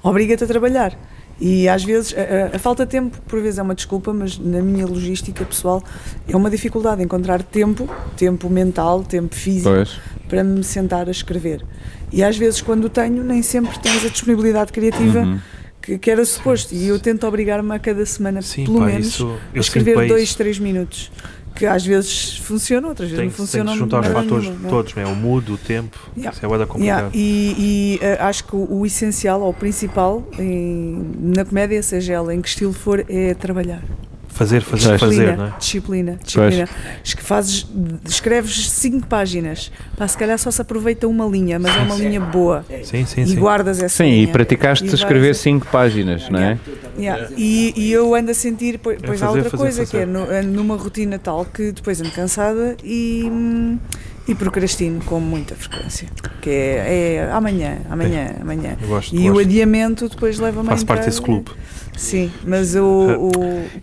E: obriga-te a trabalhar. E às vezes, a, a- a falta de tempo, por vezes é uma desculpa, mas na minha logística pessoal é uma dificuldade encontrar tempo, tempo mental, tempo físico,
A: Pois.
E: para me sentar a escrever. E às vezes, quando tenho, nem sempre tens a disponibilidade criativa
A: Uhum.
E: que, que era suposto. E eu tento obrigar-me a cada semana,
C: Sim,
E: pelo
C: pá,
E: menos,
C: isso.
E: a
C: Eu sinto
E: escrever
C: bem
E: dois,
C: isso.
E: três minutos. Que às vezes funciona, outras vezes
C: Tem,
E: não
C: que- tem
E: funciona.
C: que se juntar os
E: nada
C: fatores
E: nenhum, não é?
C: todos, não é? O mudo, o tempo.
E: Yeah.
C: Isso é bué da
E: Yeah,
C: complicado.
E: e e, eh, acho que o, o essencial ou o principal em- na comédia, seja ela em que estilo for, é trabalhar.
C: Fazer, fazer,
A: Pois.
C: fazer,
E: disciplina,
C: não é?
E: disciplina, disciplina. Es- que Fazes, escreves cinco páginas. Pá, se calhar só se aproveita uma linha, mas é uma linha boa.
C: Sim, sim,
E: e
C: sim.
E: guardas essa
A: Sim, e
E: linha.
A: praticaste
E: E vais-
A: escrever 5 páginas, não é?
E: Yeah. E, e eu ando a sentir, pois, pois há
C: É fazer,
E: outra
C: fazer,
E: coisa que
C: fazer.
E: é no- ando numa rotina tal que depois ando cansada e, hum, e procrastino com muita frequência. Que é, é amanhã, amanhã, amanhã.
C: É. Eu gosto,
E: E o
C: gosto.
E: adiamento depois leva-me a
C: Faço parte
E: entrar-
C: desse clube.
E: Sim, mas o. o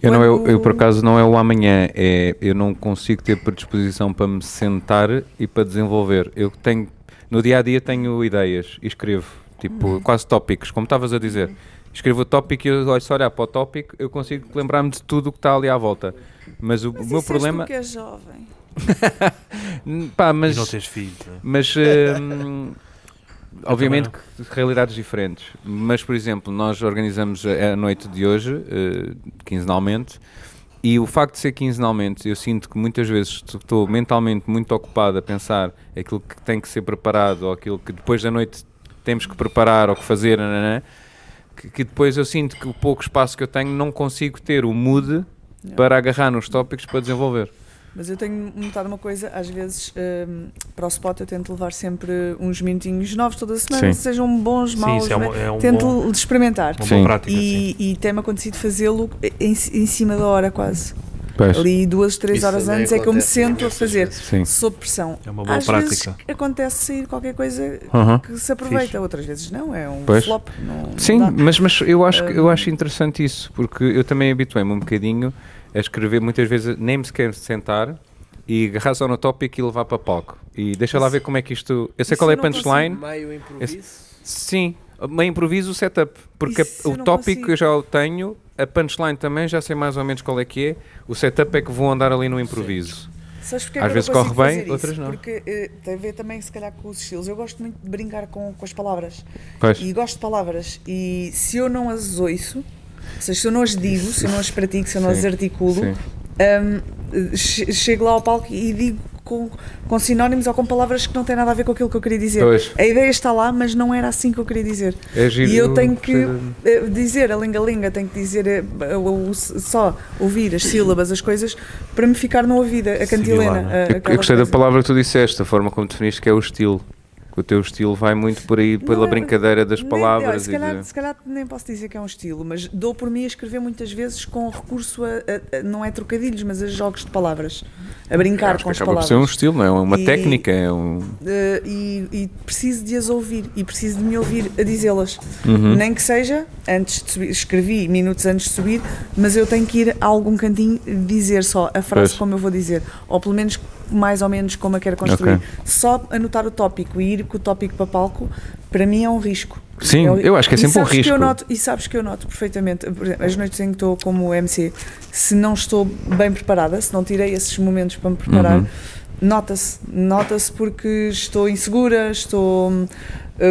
A: Eu, não, eu,
E: quando-
A: eu, por acaso não é o amanhã, é eu não consigo ter predisposição para me sentar e para desenvolver. Eu tenho, no dia a dia tenho ideias e escrevo, tipo,
E: Uhum.
A: quase tópicos, como estavas a dizer. Escrevo o tópico e eu olho, se olhar para o tópico, eu consigo lembrar-me de tudo o que está ali à volta. Mas o meu
E: Mas isso és tu
A: problema.
E: que é- és jovem.
A: Hum, Pá,
C: E não
A: mas.
C: tens filhos, não é?
A: Mas. hum, Obviamente que realidades diferentes, mas por exemplo, nós organizamos a a noite de hoje, eh, quinzenalmente, e o facto de ser quinzenalmente, eu sinto que muitas vezes t- estou mentalmente muito ocupado a pensar aquilo que tem que ser preparado ou aquilo que depois da noite temos que preparar ou que fazer, nananã, que, que depois eu sinto que o pouco espaço que eu tenho não consigo ter o mood para agarrar nos tópicos para desenvolver.
E: Mas eu tenho notado uma coisa, às vezes hum, para o spot eu tento levar sempre uns minutinhos novos toda a
A: Sim.
E: semana, sejam bons,
C: Sim,
E: maus,
C: isso é
E: bem-
C: um, é um
E: tento
C: bom,
E: experimentar.
C: uma
A: Sim.
C: boa prática, sim.
E: E, e tem-me acontecido fazê-lo em, em cima da hora, quase.
A: Pois.
E: Ali duas, três
D: Isso
E: horas
D: também
E: antes é que eu me
D: acontece
E: sento a
D: imensas
E: fazer,
D: vezes.
A: Sim.
E: sob pressão.
C: É uma boa
E: às
C: prática.
E: vezes acontece sair qualquer coisa
A: Uhum.
E: que se aproveita,
C: Fixe.
E: outras vezes não, é um
A: Pois.
E: flop. Não, não
A: Sim,
E: dá. Ah.
A: mas, mas eu, acho, que- eu acho interessante isso, porque eu também habituei-me um bocadinho a escrever, muitas vezes nem me sequer sentar e agarrar só no tópico e levar para palco. E deixa lá ver como é que isto. Eu sei
E: Isso
A: qual é a
E: eu não
A: punchline,
D: Meio improviso.
A: sim, meio improviso o setup, porque a-
E: Isso eu
A: o
E: não
A: tópico
E: consigo.
A: eu já o tenho, a punchline também já sei mais ou menos qual é que é, o setup é que vou andar ali no improviso.
E: Sabes porque
A: Às
E: é que
A: vezes
E: eu não consigo
A: corre bem,
E: fazer isso?
A: outras não.
E: Porque eh, tem a ver também, se calhar, com os estilos. Eu gosto muito de brincar com, com as palavras.
A: Pois.
E: E gosto de palavras. E se eu não as ouço, ou seja, se eu não as digo, se eu não as pratico, se eu não
A: Sim,
E: as articulo,
A: sim.
E: hum, che- chego lá ao palco e digo com, com sinónimos ou com palavras que não têm nada a ver com aquilo que eu queria dizer.
A: Pois.
E: A ideia está lá, mas não era assim que eu queria dizer.
A: É giro, hum,
E: e eu tenho que
A: perceber.
E: eh, dizer a linga-linga, tenho que dizer eh, o- o- só ouvir as sílabas, as coisas, para me ficar no ouvido a cantilena.
C: Similar, não
E: a-
A: é? Eu, eu
E: aquela
A: gostei da
E: coisa.
A: palavra que tu disseste, a forma como definiste que é o estilo. que o teu estilo vai muito por aí, pela
E: é-
A: brincadeira das
E: Nem- olha,
A: palavras.
E: se,
A: e
E: calhar,
A: de-
E: se calhar nem posso dizer que é um estilo, mas dou por mim a escrever muitas vezes com recurso a, a- a- não é trocadilhos, mas a jogos de palavras, a brincar
A: Acho
E: com
A: que
E: as
A: acaba por ser um
E: palavras.
A: estilo, não é? É uma
E: E-
A: técnica, é um.
E: Eh, e, e preciso de as ouvir e preciso de me ouvir a dizê-las.
A: Uhum.
E: Nem que seja, antes de subir, escrevi minutos antes de subir, mas eu tenho que ir a algum cantinho dizer só a frase
A: Pois.
E: como eu vou dizer, ou pelo menos mais ou menos como a quero construir.
A: Ok.
E: Só anotar o tópico e ir com o tópico para palco, para mim é um risco.
A: Sim,
E: o-
A: eu acho que é
E: e
A: sempre um
E: sabes que eu
A: risco.
E: noto- e sabes que eu noto perfeitamente, por exemplo, as noites em que estou como MC, se não estou bem preparada, se não tirei esses momentos para me preparar,
A: Uhum.
E: nota-se, nota-se porque estou insegura, estou. hum,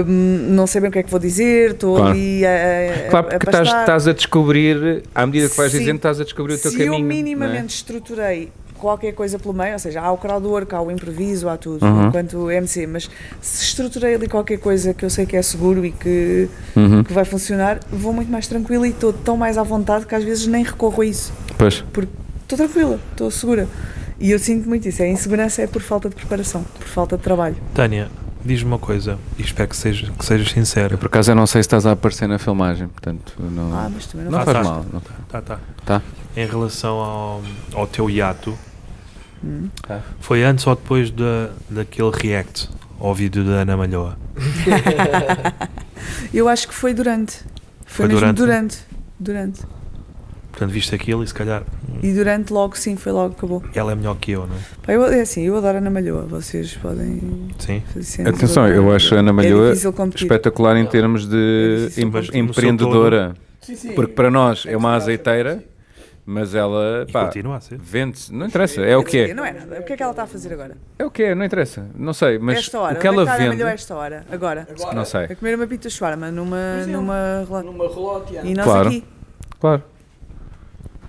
E: não sei bem o que é que vou dizer, estou
A: Claro.
E: ali a. a
A: Claro,
E: eh, a
A: porque estás,
E: pastar.
A: estás a descobrir, à medida que vais
E: Sim.
A: dizendo, estás a descobrir o teu
E: Se
A: caminho.
E: eu
A: não é?
E: minimamente estruturei qualquer coisa pelo meio, ou seja, há o crowdwork, há o improviso, há tudo,
A: Uhum.
E: enquanto MC, mas se estruturei ali qualquer coisa que eu sei que é seguro e que,
A: Uhum.
E: que vai funcionar, vou muito mais tranquila e estou tão mais à vontade que às vezes nem recorro a isso,
A: Pois.
E: porque estou tranquila, estou segura. E eu sinto muito isso, a insegurança é por falta de preparação, por falta de trabalho.
C: Tânia, diz-me uma coisa e espero que, seja, que sejas sincero.
A: Eu por acaso eu não sei se estás a aparecer na filmagem, portanto não,
E: Ah, mas também não,
A: não
C: Ah,
A: faz
C: tá.
A: mal. não-
C: Tá, tá.
A: Tá.
C: Em relação ao, ao teu hiato,
E: Hum.
C: foi antes ou depois da, daquele react ao vídeo da Ana Malhoa?
E: Eu acho que foi durante.
C: Foi
E: Foi, mesmo
C: durante?
E: durante. Durante.
C: Portanto, viste aquilo e se calhar
E: E durante logo sim, foi logo, acabou.
C: ela é melhor que eu, não é?
E: Pá, eu, é assim, eu adoro Ana Malhoa, vocês podem
C: Sim.
E: Sim,
A: Atenção,
E: doutor.
A: eu acho a Ana Malhoa
E: é difícil competir.
A: Espetacular em termos de
C: Sim,
A: em-
C: mas no seu
A: empreendedora,
G: Sim, sim.
A: porque para nós é uma azeiteira, mas ela
C: E
A: pá,
C: continua a ser.
A: vende-se, não interessa, é o que é.
E: Não é nada. O que é que ela está a fazer agora?
A: É o que é, não interessa, não sei, mas
E: esta hora. é
A: o que ela
E: está
A: vende,
E: melhor esta hora? Agora.
A: não
E: A
A: sei,
E: comer uma pita shawarma numa,
G: Pois é.
E: numa... rela-
G: Numa relote,
E: E nós
A: Claro.
E: aqui,
A: claro,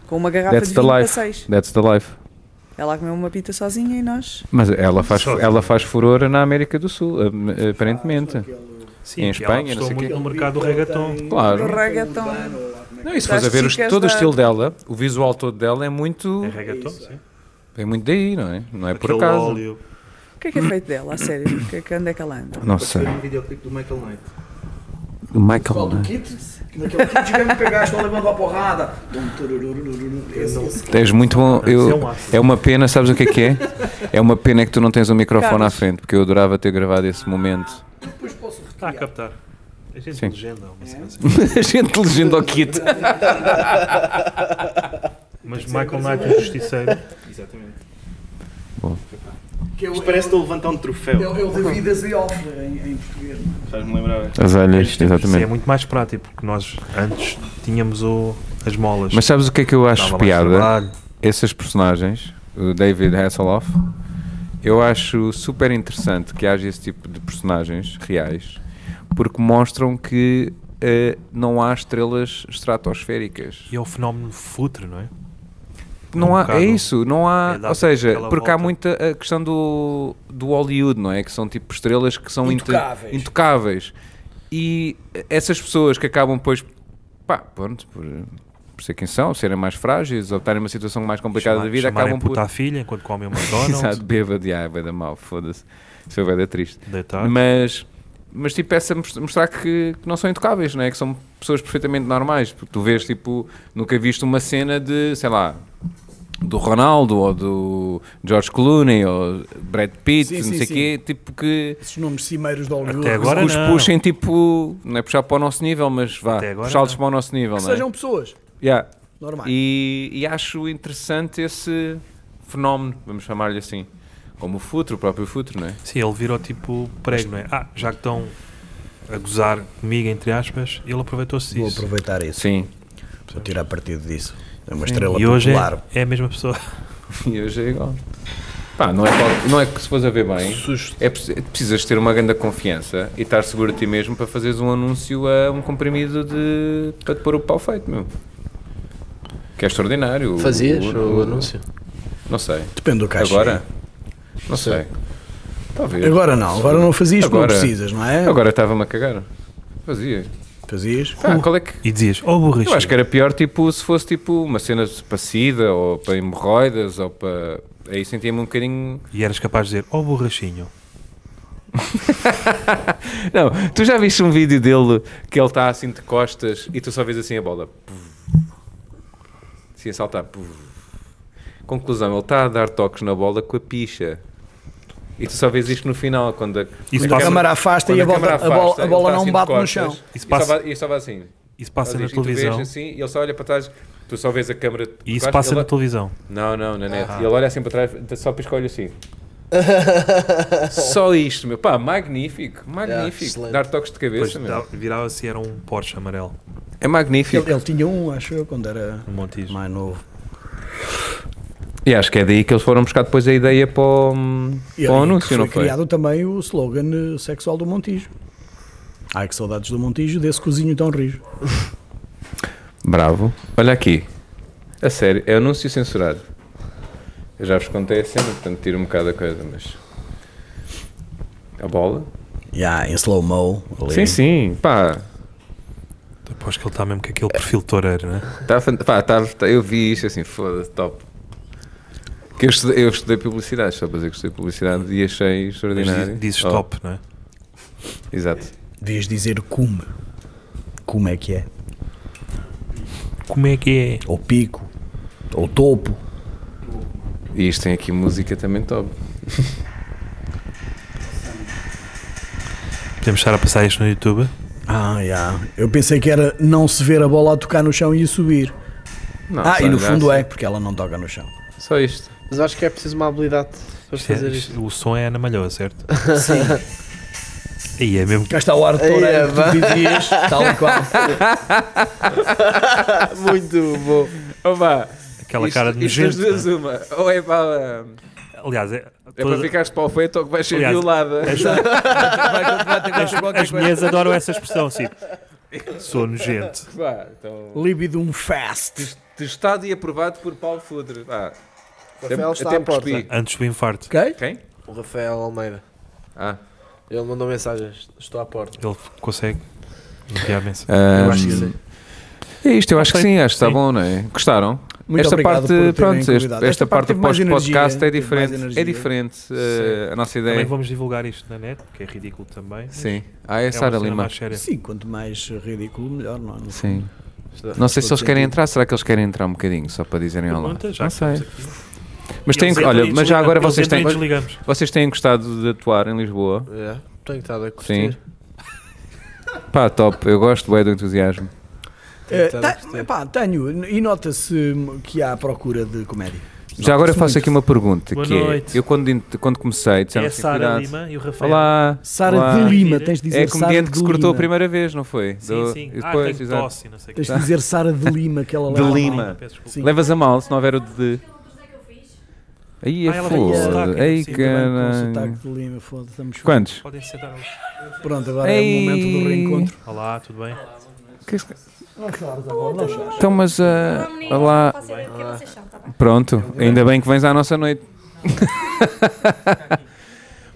E: com uma garrafa
A: that's
E: de
A: the
E: vinho para
A: life,
E: seis.
A: that's the life.
E: Ela comeu uma pita sozinha e nós...
A: Mas ela faz,
C: Só-
A: ela faz furor na América do Sul, ap- aparentemente.
C: Sim,
A: Em
C: que ela
A: Espanha, não
C: apostou
A: sei
C: muito
A: quê.
C: no mercado do reggaeton.
A: Claro.
E: Reggaeton.
A: Não, e se
E: Das
A: fores a ver os-
E: chicas
A: todo o
E: da-
A: estilo dela, o visual todo dela é muito,
C: É reggaeton, sim.
A: é muito daí, não é? Não é por
C: Aquele
A: acaso.
C: óleo.
E: O que é que é feito dela, a sério? O que é que anda é que ela anda?
A: Não sei.
F: um videoclipe do Michael Knight.
A: Michael,
G: Pessoal
A: é?
G: do
B: é?
G: kit, naquele kit, digamos que pegaste, estão levando a porrada. Dum, turururururu, esse, é esse.
A: És muito bom.
C: Isso é
A: Eu,
C: um ácido.
A: é uma pena, sabes o que é que é? É uma pena que tu não tens um microfone à
E: Carlos.
A: frente, porque eu adorava ter gravado esse momento.
G: Depois posso
C: Está a
G: recriar.
C: captar. A gente
A: Sim.
C: legenda, uma cena assim.
A: A gente legenda ao kit.
C: Mas Michael Knight, o justiceiro.
F: Exatamente.
G: Que eu,
F: Isto
G: eu,
F: parece que estou levantando um troféu.
G: eu, eu devi dizer off em, em português.
F: Faz-me lembrar.
A: As olhas,
C: Isso é
A: exatamente.
C: muito mais prático, porque nós antes tínhamos o, as molas.
A: Mas sabes o que é que eu acho
C: Dava mais
A: piada?
C: trabalho.
A: Essas personagens, o David Hasselhoff, eu acho super interessante que haja esse tipo de personagens reais, porque mostram que eh, não há estrelas estratosféricas.
C: E é o fenómeno futre, não é?
A: Não
C: um
A: há, é
C: bocado-
A: isso, não há.
C: é dar
A: ou seja,
C: aquela
A: porque há
C: volta.
A: muita a questão do, do Hollywood, não é? Que são tipo estrelas que são inte-
G: Intocáveis.
A: intocáveis. E essas pessoas que acabam, pois, pá, pronto, por, por ser quem são, serem mais frágeis ou estarem numa situação mais complicada
C: Chamar-
A: da vida,
C: chamarem
A: acabam por.
C: puta à filha enquanto comem uma
A: Exato,
C: McDonald's.
A: bêbado, e, ah, vai dar mal, foda-se. Seu vai dar triste.
C: Deitar.
A: Mas, mas tipo, essa mos- mostrar que, que não são intocáveis, não é? Que são pessoas perfeitamente normais. Porque tu vês, tipo, nunca viste uma cena de, sei lá, do Ronaldo ou do George Clooney ou Brad Pitt,
B: Sim,
A: não
B: sim,
A: sei o
B: sim.
A: quê, tipo, que,
B: Esses nomes cimeiros de Hollywood.
C: Até agora
A: que os
C: não.
A: puxem, tipo, não é puxar para o nosso nível, mas vá,
C: Até agora
A: puxá-los
C: não.
A: para o nosso nível,
B: Que
A: não é?
B: sejam pessoas
A: Yeah.
B: normais.
A: E, e acho interessante esse fenómeno, vamos chamar-lhe assim. Como o futuro, o próprio futuro, não é?
C: Sim, ele virou tipo prego, não é? Ah, já que estão a gozar comigo, entre aspas, ele aproveitou-se
B: Vou
C: disso.
B: aproveitar isso.
A: Sim.
B: Vou tirar partido disso. É uma estrela
C: E hoje
B: popular.
C: é, é a mesma pessoa.
A: E hoje é igual. Pá, não é, qual- não é que se fores a ver bem, é, preci- precisas ter uma grande confiança e estar seguro de ti mesmo para fazeres um anúncio a um comprimido de. para te pôr o pau feito, meu. Que é extraordinário. O-
D: Fazias
A: o-
D: o
A: o-
D: anúncio?
A: Não sei.
B: Depende do caixa.
A: Agora? Não sei. Talvez.
B: Agora não. Agora não fazias porque não
A: Agora-
B: precisas, não é?
A: Agora estava-me a cagar. Fazia.
B: Fazias.
A: Pá, qual é que.
C: E dizias, oh burrice.
A: Eu acho que era pior tipo se fosse tipo uma cena para sida ou para hemorroidas ou para. Aí sentia-me um bocadinho.
C: E eras capaz de dizer, oh borrachinho.
A: Não, tu já viste um vídeo dele que ele está assim de costas e tu só vês assim a bola. Assim a saltar. Conclusão, ele está a dar toques na bola com a picha. E tu só vês isto no final, quando a,
C: Isso
A: a
C: passa-
B: A
A: câmara-
B: câmara afasta
A: quando
B: e a, bola,
A: câmara
B: a bola-
A: afasta,
B: a
A: ele
B: bola
A: está assim
B: não
A: de
B: bate no
A: costas.
B: chão.
A: E
C: Isso
A: só
C: passa-
A: va- E só vai assim.
C: Isso passa na
A: Faz isto, e tu
C: televisão.
A: vês assim e ele só olha para trás, tu só vês a câmera. de
C: E isso
A: costas,
C: passa
A: ele-
C: na televisão.
A: Não, não, na net. E ele olha assim para trás, só pisca o olho assim. só isto, meu. Pá, magnífico, magnífico.
D: excelente.
A: Dar toques de
C: Depois
A: cabeça, meu.
C: virava-se e era um Porsche amarelo.
A: É magnífico.
B: Ele, ele tinha um, acho eu, quando era
C: Um Montijo.
B: mais novo.
A: E acho que é daí que eles foram buscar depois a ideia para o,
B: E
A: para o
B: ali
A: anúncio,
B: foi
A: não foi?
B: criado também o slogan eh, sexual do Montijo. Ai que saudades do Montijo, desse cozinho tão rijo.
A: Bravo. Olha aqui. A sério, é anúncio censurado. Eu já vos contei a cena, portanto tiro um bocado a coisa, mas. A bola?
B: Yeah, em slow-mo. ali.
A: Sim, sim. Pá,
C: Aposto que ele está mesmo com aquele perfil de toureiro, né?
A: Tá, fan- pá, tá- tá- eu vi isto assim, foda-se, top. Que eu, estudei, eu estudei publicidade, só para dizer que estudei publicidade e achei
C: Mas
A: extraordinário.
C: diz- dizes
A: Oh,
C: top, não é?
A: Exato.
B: Devias dizer cume. Como é que é?
C: Como é que
B: Ou pico. Ou topo.
A: E isto tem aqui música também top.
C: é? Podemos estar a passar isto no YouTube?
B: Ah, já. Eu pensei que era não se ver a bola a tocar no chão e a subir.
A: Não,
B: ah,
A: só
B: e no
A: ainda
B: fundo
A: assim.
B: é, porque ela não toca no chão.
A: Só isto.
D: Mas acho que é preciso uma habilidade para
C: Isto é-
D: fazer isto.
C: isto- o som é Ana Malhoa, certo? Sim. Aí é mesmo
B: Cá está o ar de toureiro
D: Eia,
B: que tu dizias, tal e qual.
D: Ah, Muito bom.
A: Opa,
C: aquela cara de
A: isto das
C: nojento.
A: duas
C: não
A: uma. Ou é para,
C: é? Aliás, é,
A: é
C: todas-
A: para ficares para o feito ou que vais ser
C: Aliás,
A: violada.
C: as mulheres adoram essa expressão, sim. Sou nojento.
A: Pá, então,
B: Libidum um fast.
A: testado e aprovado por Paulo Fudre. Pá,
D: O Rafael está à
A: me
D: porta.
A: cuspi.
C: Antes do infarto.
B: Ok?
A: Quem?
D: O Rafael Almeida.
A: Ah.
D: Ele mandou mensagens. Estou à porta.
C: Ele consegue enviar mensagem.
D: Eu acho que sim.
A: É isto, eu acho que sim, acho que está
C: Sim.
A: bom, não é? Gostaram?
B: Muito
A: esta
B: obrigado
A: parte,
B: por terem
A: pronto, este-
B: convidado.
A: esta,
B: Esta parte
A: parte
B: teve mais
A: pós-podcast
B: energia,
A: é
B: teve mais
A: diferente. É
B: energia.
A: diferente eh, a nossa
C: Também
A: ideia.
C: vamos divulgar isto na net, que é ridículo também. mas
A: Sim. Ah, é,
C: é uma
A: Sara
C: cena
A: Lima.
C: mais séria.
B: Sim, quanto mais ridículo, melhor, não é? No
A: Sim. Não sei se eles querem entrar, será que eles querem entrar um bocadinho, só para dizerem olá?
C: Pergunta, já
A: Não
C: que estamos
A: sei.
C: aqui.
A: Mas, têm,
C: Eles entram
A: olha,
C: e
A: mas já
C: desligam-
A: agora
C: eles
A: vocês
C: entram e
A: têm,
C: desligamos.
A: vocês têm gostado de atuar em Lisboa?
D: É, Tenho estado a curtir.
A: Sim. Pá, top, eu gosto bem do entusiasmo.
D: Tenho
B: Eh,
D: estado a
B: te-
D: curtir.
B: epá, tenho, e nota-se que há procura de comédia.
A: Já agora eu
B: Nota-se
A: faço
B: muito.
A: aqui uma pergunta,
C: Boa
A: que é,
C: noite.
A: eu quando, in- quando comecei, disseram
C: É a
A: assim,
C: Sara
A: cuidado.
C: Lima e o Rafael.
A: Olá,
B: Sara
A: olá.
B: de Lima, tens de dizer
A: É a
B: Sara
A: comediante que
B: de
A: se cortou a
B: Lima.
A: primeira vez, não foi?
C: Sim,
A: Do-
C: sim.
A: e
C: ah,
A: depois,
C: tenho
A: exato.
C: tosse e não sei o
B: Tens
C: que.
B: de dizer Sara de Lima, que ela
A: De
B: leva mal.
A: Lima.
C: Peço desculpa.
B: Sim.
A: Levas a mal se não houver o de. Aí
C: Ah,
A: é
C: ela veio com sotaque,
A: foda. Ei,
C: sim,
B: Também com o
A: caralho.
B: sotaque de Lima, foda-se, estamos
A: Quantos?
C: Podem sentar ali.
B: fodidos. Pronto, agora é o momento
A: Ei.
B: do reencontro.
C: Olá, tudo bem?
A: Então, mas. ah, olá.
H: tá
A: Pronto, ainda bem que vens à nossa noite.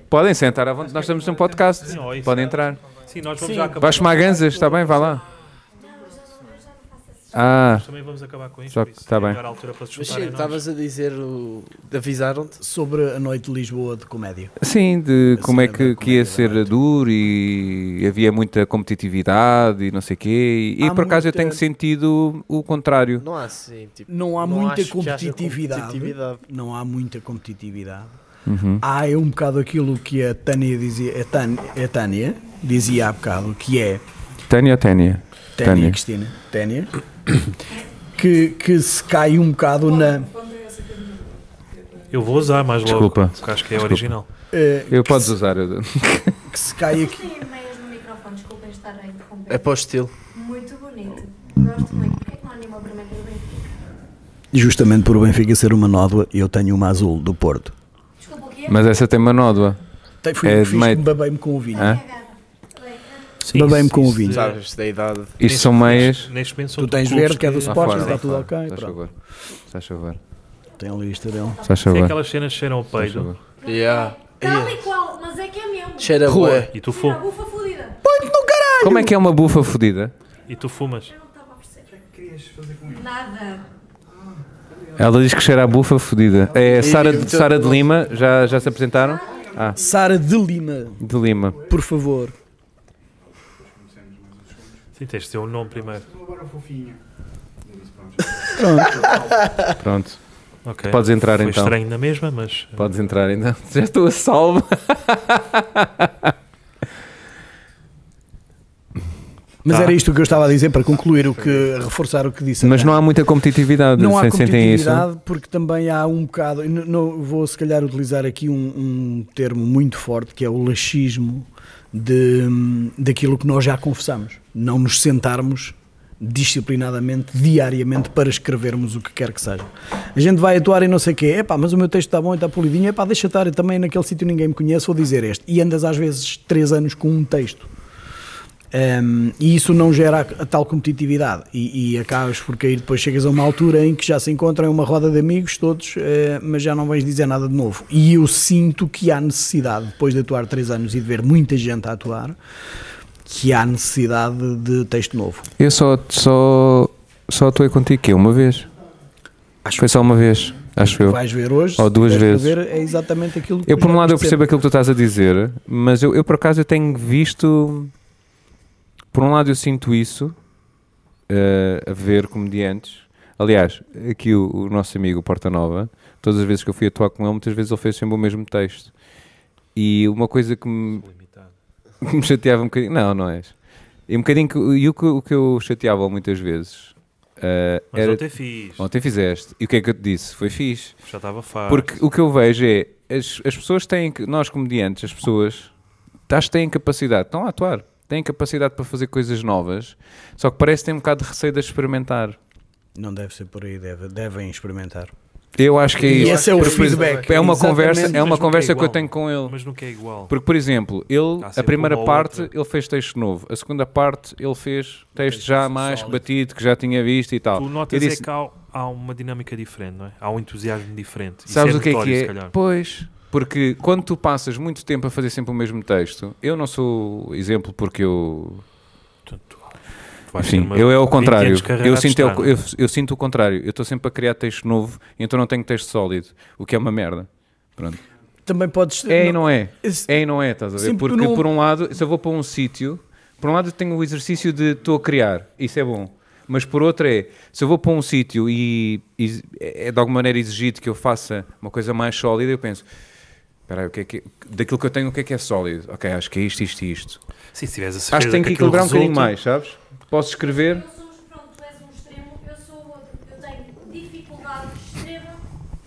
A: Podem sentar à vontade, nós estamos num podcast.
C: Sim, ó, isso.
A: Podem entrar.
C: Sim, nós vamos já acabar.
A: Vais tomar ganzas, está bem? Vá lá. Ah,
C: Também vamos acabar com isto.
A: Só
C: por isso
A: tá
C: é a
A: bem.
C: melhor altura para se
D: Mas
C: juntarem
D: sim,
C: a nós.
D: estavas a dizer o. Avisaram-te?
B: Sobre a noite de Lisboa de comédia.
A: sim, de
B: Assim,
A: como é
B: é
A: que,
B: bem,
A: que ia
B: como é que
A: ser duro e havia muita competitividade e não sei o quê. E, e
B: Há
A: por acaso eu
B: muita-
A: tenho sentido o contrário.
D: Não há assim, tipo.
B: Não há
D: não
B: muita
D: acho que haja
B: competitividade.
D: competitividade.
B: Não há muita competitividade.
A: Uhum.
B: Há é um bocado aquilo que a Tânia dizia, a Tânia, a Tânia dizia há bocado, que é
A: Tânia ou Tânia?
B: Tânia,
A: Tânia.
B: Cristina, Tânia, que, que se cai um bocado na.
C: Eu vou usar mais logo.
A: Desculpa.
C: Porque acho que é original.
B: eh,
A: Eu podes usar. eu-
B: que se cai aqui.
H: Tem meias no microfone, desculpem estar a interromper.
D: É para o estilo.
H: Muito bonito. Gosto muito. Porquê que não anima o primeiro do Benfica?
B: Justamente por o Benfica ser uma nódoa, eu tenho uma azul do Porto.
H: Desculpa, o quê?
A: Mas essa tem uma nódoa.
B: Tem- Fui,
A: É
B: é,
A: de meio-
B: babei-me com o vinho.
H: é
A: Hã?
C: Sim,
B: Babei-me
C: isso-
B: com o
C: isso,
B: vinho.
C: eh,
D: Sabes, da idade.
A: Isto são meias.
C: Neste momento são Ah,
B: Tu tens
C: clubes
B: verde, que é do
A: Lá
B: Sporting,
A: fora,
B: está
A: lá
B: tudo
A: fora.
B: ok,
A: Faz
B: pronto.
A: favor. Faz favor.
B: Tem ali a estrela.
A: Faz
C: Tem
A: favor.
C: é aquelas cenas que cheiram a
A: Faz
C: peido.
A: favor.
D: Yeah.
H: Tal e qual, mas é que é mesmo.
D: Cheira bué.
C: E tu,
H: Cheira
C: fu-
H: a bufa fodida.
A: Como é que é uma bufa fodida?
C: e tu fumas.
H: Eu não estava a perceber. O que é que querias fazer comigo? Nada.
A: Ela diz que cheira a bufa fodida. É a Sara de, Sara de Lima, já, já se apresentaram? Ah,
B: Sara de Lima,
A: de Lima.
B: por favor.
C: Sim, tens de ter um nome primeiro.
A: Pronto.
C: Ok.
A: Podes entrar
C: Foi
A: então.
C: estranho na mesma, mas.
A: Podes entrar ainda. Já estou a salvo.
B: Mas
C: Tá.
B: era isto que eu estava a dizer para concluir o que a reforçar o que disse.
A: Mas não há muita competitividade.
B: Não há
A: sem- sentem isso.
B: competitividade porque também há um bocado, e n- não vou se calhar utilizar aqui um, um termo muito forte que é o laxismo de, daquilo que nós já confessamos. Não nos sentarmos disciplinadamente, diariamente, para escrevermos o que quer que seja. A gente vai atuar em não sei o quê, epá, mas o meu texto está bom e está polidinho, epá, deixa estar, eu também naquele sítio ninguém me conhece, vou dizer este. E andas às vezes três anos com um texto. Um, e isso não gera a, a tal competitividade e, e acabas por cair depois chegas a uma altura em que já se encontram uma roda de amigos todos, eh, mas já não vais dizer nada de novo e eu sinto que há necessidade depois de atuar três anos e de ver muita gente a atuar que há necessidade de texto novo
A: Eu só, só, só atuei contigo que uma vez. Acho Foi só uma vez, acho eu.
B: vais ver hoje
A: Ou
B: se
A: duas
B: tiveres
A: vezes.
B: a ver, é exatamente aquilo que
A: Eu,
B: tu
A: por um
B: já
A: lado, eu
B: percebes.
A: percebo aquilo que tu estás a dizer, mas eu, eu, por acaso, eu tenho visto. Por um lado, eu sinto isso eh, a ver comediantes. Aliás, aqui o, o nosso amigo Porta Nova, todas as vezes que eu fui atuar com ele, muitas vezes ele fez sempre o mesmo texto. E uma coisa que me, que me chateava um bocadinho. Não, não és. E, um bocadinho que, e o, que, o que eu chateava muitas vezes eh,
C: Mas
A: era.
C: ontem fiz.
A: Ontem fizeste. E o que é que eu te disse? Foi fixe.
C: Já estava fácil.
A: Porque o que eu vejo é as, as pessoas têm que, nós comediantes, as pessoas acho que têm capacidade, estão a atuar, têm capacidade para fazer coisas novas, só que parece que têm um bocado de receio de experimentar.
B: não deve ser por aí, deve- devem experimentar
A: Eu acho que é
B: e
A: isso.
B: esse é o
A: Porque, por exemplo,
B: feedback
A: É uma
B: Exatamente.
A: conversa, é
C: Mas
A: uma
C: nunca é
A: conversa que eu
C: igual.
A: tenho com ele.
C: Mas nunca é igual.
A: Porque, por exemplo, ele,
C: Há
A: a
C: sempre
A: primeira
C: uma ou
A: parte,
C: outra.
A: ele fez texto novo. A segunda parte, ele fez texto já mais batido, que já tinha visto e tal.
C: Tu
A: Eu
C: notas
A: disse,
C: é que há, há uma dinâmica diferente, não é? Há um entusiasmo diferente. Isso
A: Sabes
C: é
A: o que é
C: notório,
A: que
C: se
A: é?
C: calhar.
A: Pois, porque quando tu passas muito tempo a fazer sempre o mesmo texto, eu não sou exemplo porque eu.
C: Tu- tu- tu vais ter
A: Enfim,
C: uma-
A: eu é o
C: 20
A: contrário.
C: anos de carreira
A: Eu
C: a
A: sinto, é o-
C: testar.
A: eu, eu sinto o contrário. Eu estou sempre a criar texto novo, então não tenho texto sólido, o que é uma merda. Pronto.
B: também podes
A: É e não é.
B: Esse-
A: É e não é, estás a ver?
B: Sim, porque
A: porque
B: não-
A: por um lado, se eu vou para um sítio, por um lado eu tenho o exercício de estou a criar, isso é bom. Mas por outro é, se eu vou para um sítio e, e é de alguma maneira exigido que eu faça uma coisa mais sólida, eu penso, espera aí, o que é que, daquilo que eu tenho, o que é que é sólido? Ok, acho que é isto, isto e isto.
C: Sim, se tiveres a certeza
A: Acho que tenho que
C: aquilo
A: equilibrar um bocadinho
C: resulta,
A: mais, sabes? Posso escrever?
H: Nós somos, pronto, tu és um extremo, eu sou o outro. Eu tenho dificuldade extrema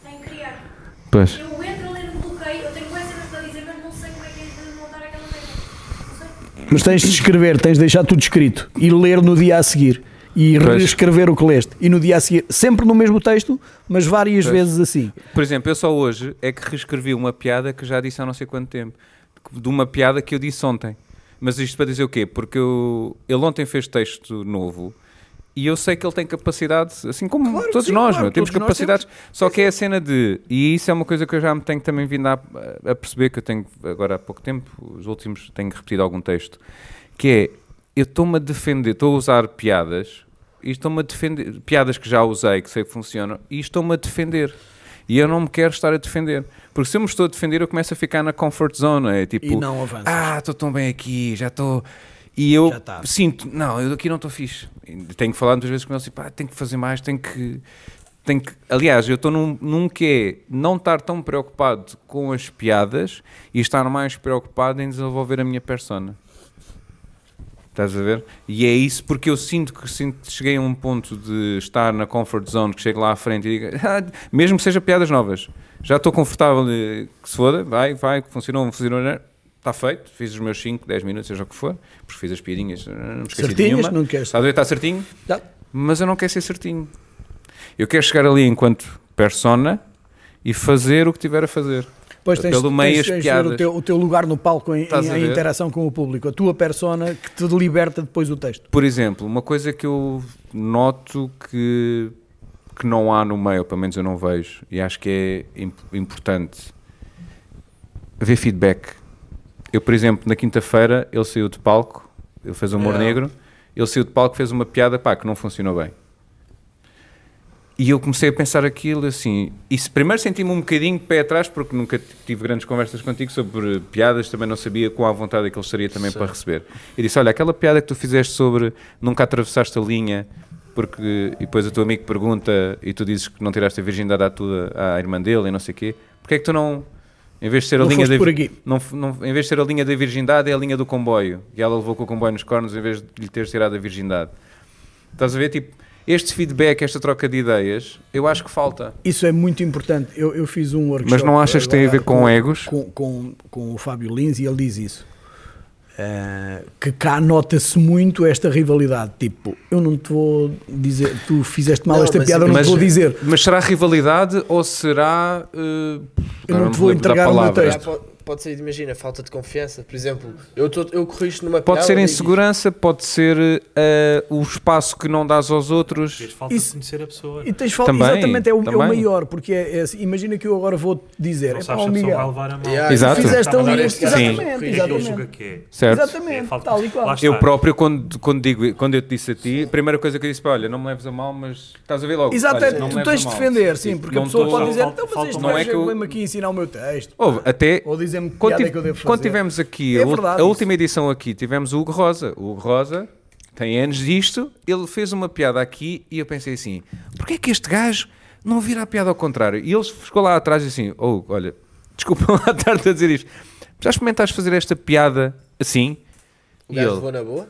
H: em criar.
A: Pois.
H: Eu entro ali no bloqueio, eu tenho coisas para dizer, mas não sei como é que é de montar aquela mesa. Não sei.
B: Mas tens de escrever, tens de deixar tudo escrito e ler no dia a seguir e
A: Pois.
B: reescrever o que leste. E no dia a seguir, sempre no mesmo texto, mas várias
A: Pois.
B: vezes assim.
A: Por exemplo, eu só hoje é que reescrevi uma piada que já disse há não sei quanto tempo. De uma piada que eu disse ontem. Mas isto para dizer o quê? Porque eu, ele ontem fez texto novo e eu sei que ele tem capacidade, assim como
B: Claro que
A: todos
B: sim,
A: nós,
B: claro,
A: não é? temos
B: todos nós
A: capacidades. Só que é a cena de. E isso é uma coisa que eu já me tenho também vindo a, a perceber, que eu tenho agora há pouco tempo, os últimos, tenho repetido algum texto, que é. Eu estou-me a defender, estou a usar piadas e estou-me a defender, piadas que já usei, que sei que funcionam, e estou-me a defender. E eu não me quero estar a defender. Porque se eu me estou a defender, eu começo a ficar na comfort zone. É tipo,
B: E não avanças.
A: ah, estou tão bem aqui, já estou. E eu
B: Já tá.
A: sinto, não, eu daqui não estou fixe. E Tenho que falar muitas vezes com ele, tipo, ah, tenho que fazer mais, tenho que. Tenho que... Aliás, eu estou num, num que é não estar tão preocupado com as piadas e estar mais preocupado em desenvolver a minha persona. Estás a ver? E é isso porque eu sinto que sinto- cheguei a um ponto de estar na comfort zone, que chego lá à frente e digo, "Ah", mesmo que seja piadas novas, já estou confortável, eh, que se foda, vai, vai, que funcionou, não funcionou, está feito, fiz os meus 5, 10 minutos, seja o que for, porque fiz as piadinhas, não me esqueci de
B: Certinhas,
A: nenhuma.
B: não queres.
A: Estás a ver? Está certinho?
B: Tá.
A: Mas eu não quero ser certinho. Eu quero chegar ali enquanto persona e fazer o que tiver a fazer.
B: Depois tens,
A: Pelo meio
B: tens,
A: as
B: tens de ver o
A: piadas.
B: teu, o teu lugar no palco em,
A: Estás
B: em-
A: a
B: em
A: ver?
B: interação com o público, a tua persona que te liberta depois do texto.
A: Por exemplo, uma coisa que eu noto que, que não há no meio, pelo menos eu não vejo, e acho que é imp- importante ver feedback. Eu, por exemplo, na quinta-feira ele saiu de palco, ele fez humor negro, ele saiu de palco, fez uma piada pá, que não funcionou bem. E eu comecei a pensar aquilo assim. E se- primeiro senti-me um bocadinho de pé atrás, porque nunca t- tive grandes conversas contigo sobre piadas, também não sabia qual a vontade é que ele estaria também para receber. E disse: Olha, aquela piada que tu fizeste sobre nunca atravessaste a linha, porque. E depois o teu amigo pergunta e tu dizes que não tiraste a virgindade à, tua, à irmã dele e não sei o quê, porque é que tu não. Em vez de ser a
B: Não
A: linha
B: foste
A: da,
B: por
A: vi-
B: aqui.
A: não f- não- em vez de ser a linha da virgindade, é a linha do comboio. E ela levou com o comboio nos cornos em vez de lhe teres tirado a virgindade. Estás a ver? Tipo, este feedback, esta troca de ideias, eu acho que falta.
B: Isso é muito importante. Eu, eu fiz um workshop.
A: Mas não achas que tem a ver
B: agora
A: com egos?
B: Com, com, com o Fábio Lins e ele diz isso. Eh, que cá nota-se muito esta rivalidade. Tipo, eu não te vou dizer, tu fizeste mal
D: Não,
B: esta
D: mas-
B: piada, eu não
A: mas-
B: te vou dizer.
A: Mas será rivalidade ou será. eh,
B: Eu
A: agora
B: não te
A: me lembro
B: vou
A: da
B: entregar o meu
A: palavra.
B: texto.
D: Já pode, pode ser, imagina, falta de confiança. Por exemplo, eu, tô, eu corrijo numa
A: Pode ser
D: piada e-
A: insegurança, pode ser eh, o espaço que não dás aos outros.
C: Falta
B: Isso-
C: de conhecer a pessoa. é?
B: E tens falado,
A: Também,
B: exatamente, é o, é o
A: também.
B: maior, porque é, é assim, imagina que eu agora vou dizer,
C: Não
B: é
C: sabes Então, se a pessoa
B: pá,
D: um
C: vai
B: Miguel,
C: levar a mão.
D: Yeah,
A: Exato.
B: fizeste
C: Tá,
B: ali,
C: mas
B: este-
D: olha,
A: Sim.
B: exatamente,
C: É aquele julga
B: exatamente,
C: que é.
A: Certo?
C: É,
B: exatamente,
C: falta-
B: tal e
C: Lá
B: qual.
C: está.
A: Eu próprio, quando, quando, digo, quando eu te disse a ti, a primeira coisa que eu disse, pá, olha, não me leves a mal, mas estás a ver logo. olha,
B: Exatamente,
A: não me
B: é,
A: leves
B: tu tens
A: a
B: de
A: mal.
B: defender, sim,
A: Tipo,
B: porque a
A: não
B: pessoa
A: tô-
B: pode dizer,
C: falta-
B: então mas
C: falta-
B: este
C: não
A: é
B: gajo
A: que eu-
B: veio-me aqui ensinar o meu texto,
A: Houve, até
B: ou dizem-me que
A: Quando,
B: piada é
A: tive-
B: que eu devo fazer.
A: quando tivemos aqui
B: É
A: a, ul-
B: verdade
A: a
B: isso.
A: última edição aqui, tivemos o Hugo Rosa. O Hugo Rosa tem anos disto, ele fez uma piada aqui e eu pensei assim, porquê é que este gajo não vira a piada ao contrário? E ele ficou lá atrás e assim, oh, olha, desculpa lá estar-te a dizer isto, já experimentaste fazer esta piada assim?
D: O
A: E
D: gajo
A: ele,
D: levou na boa.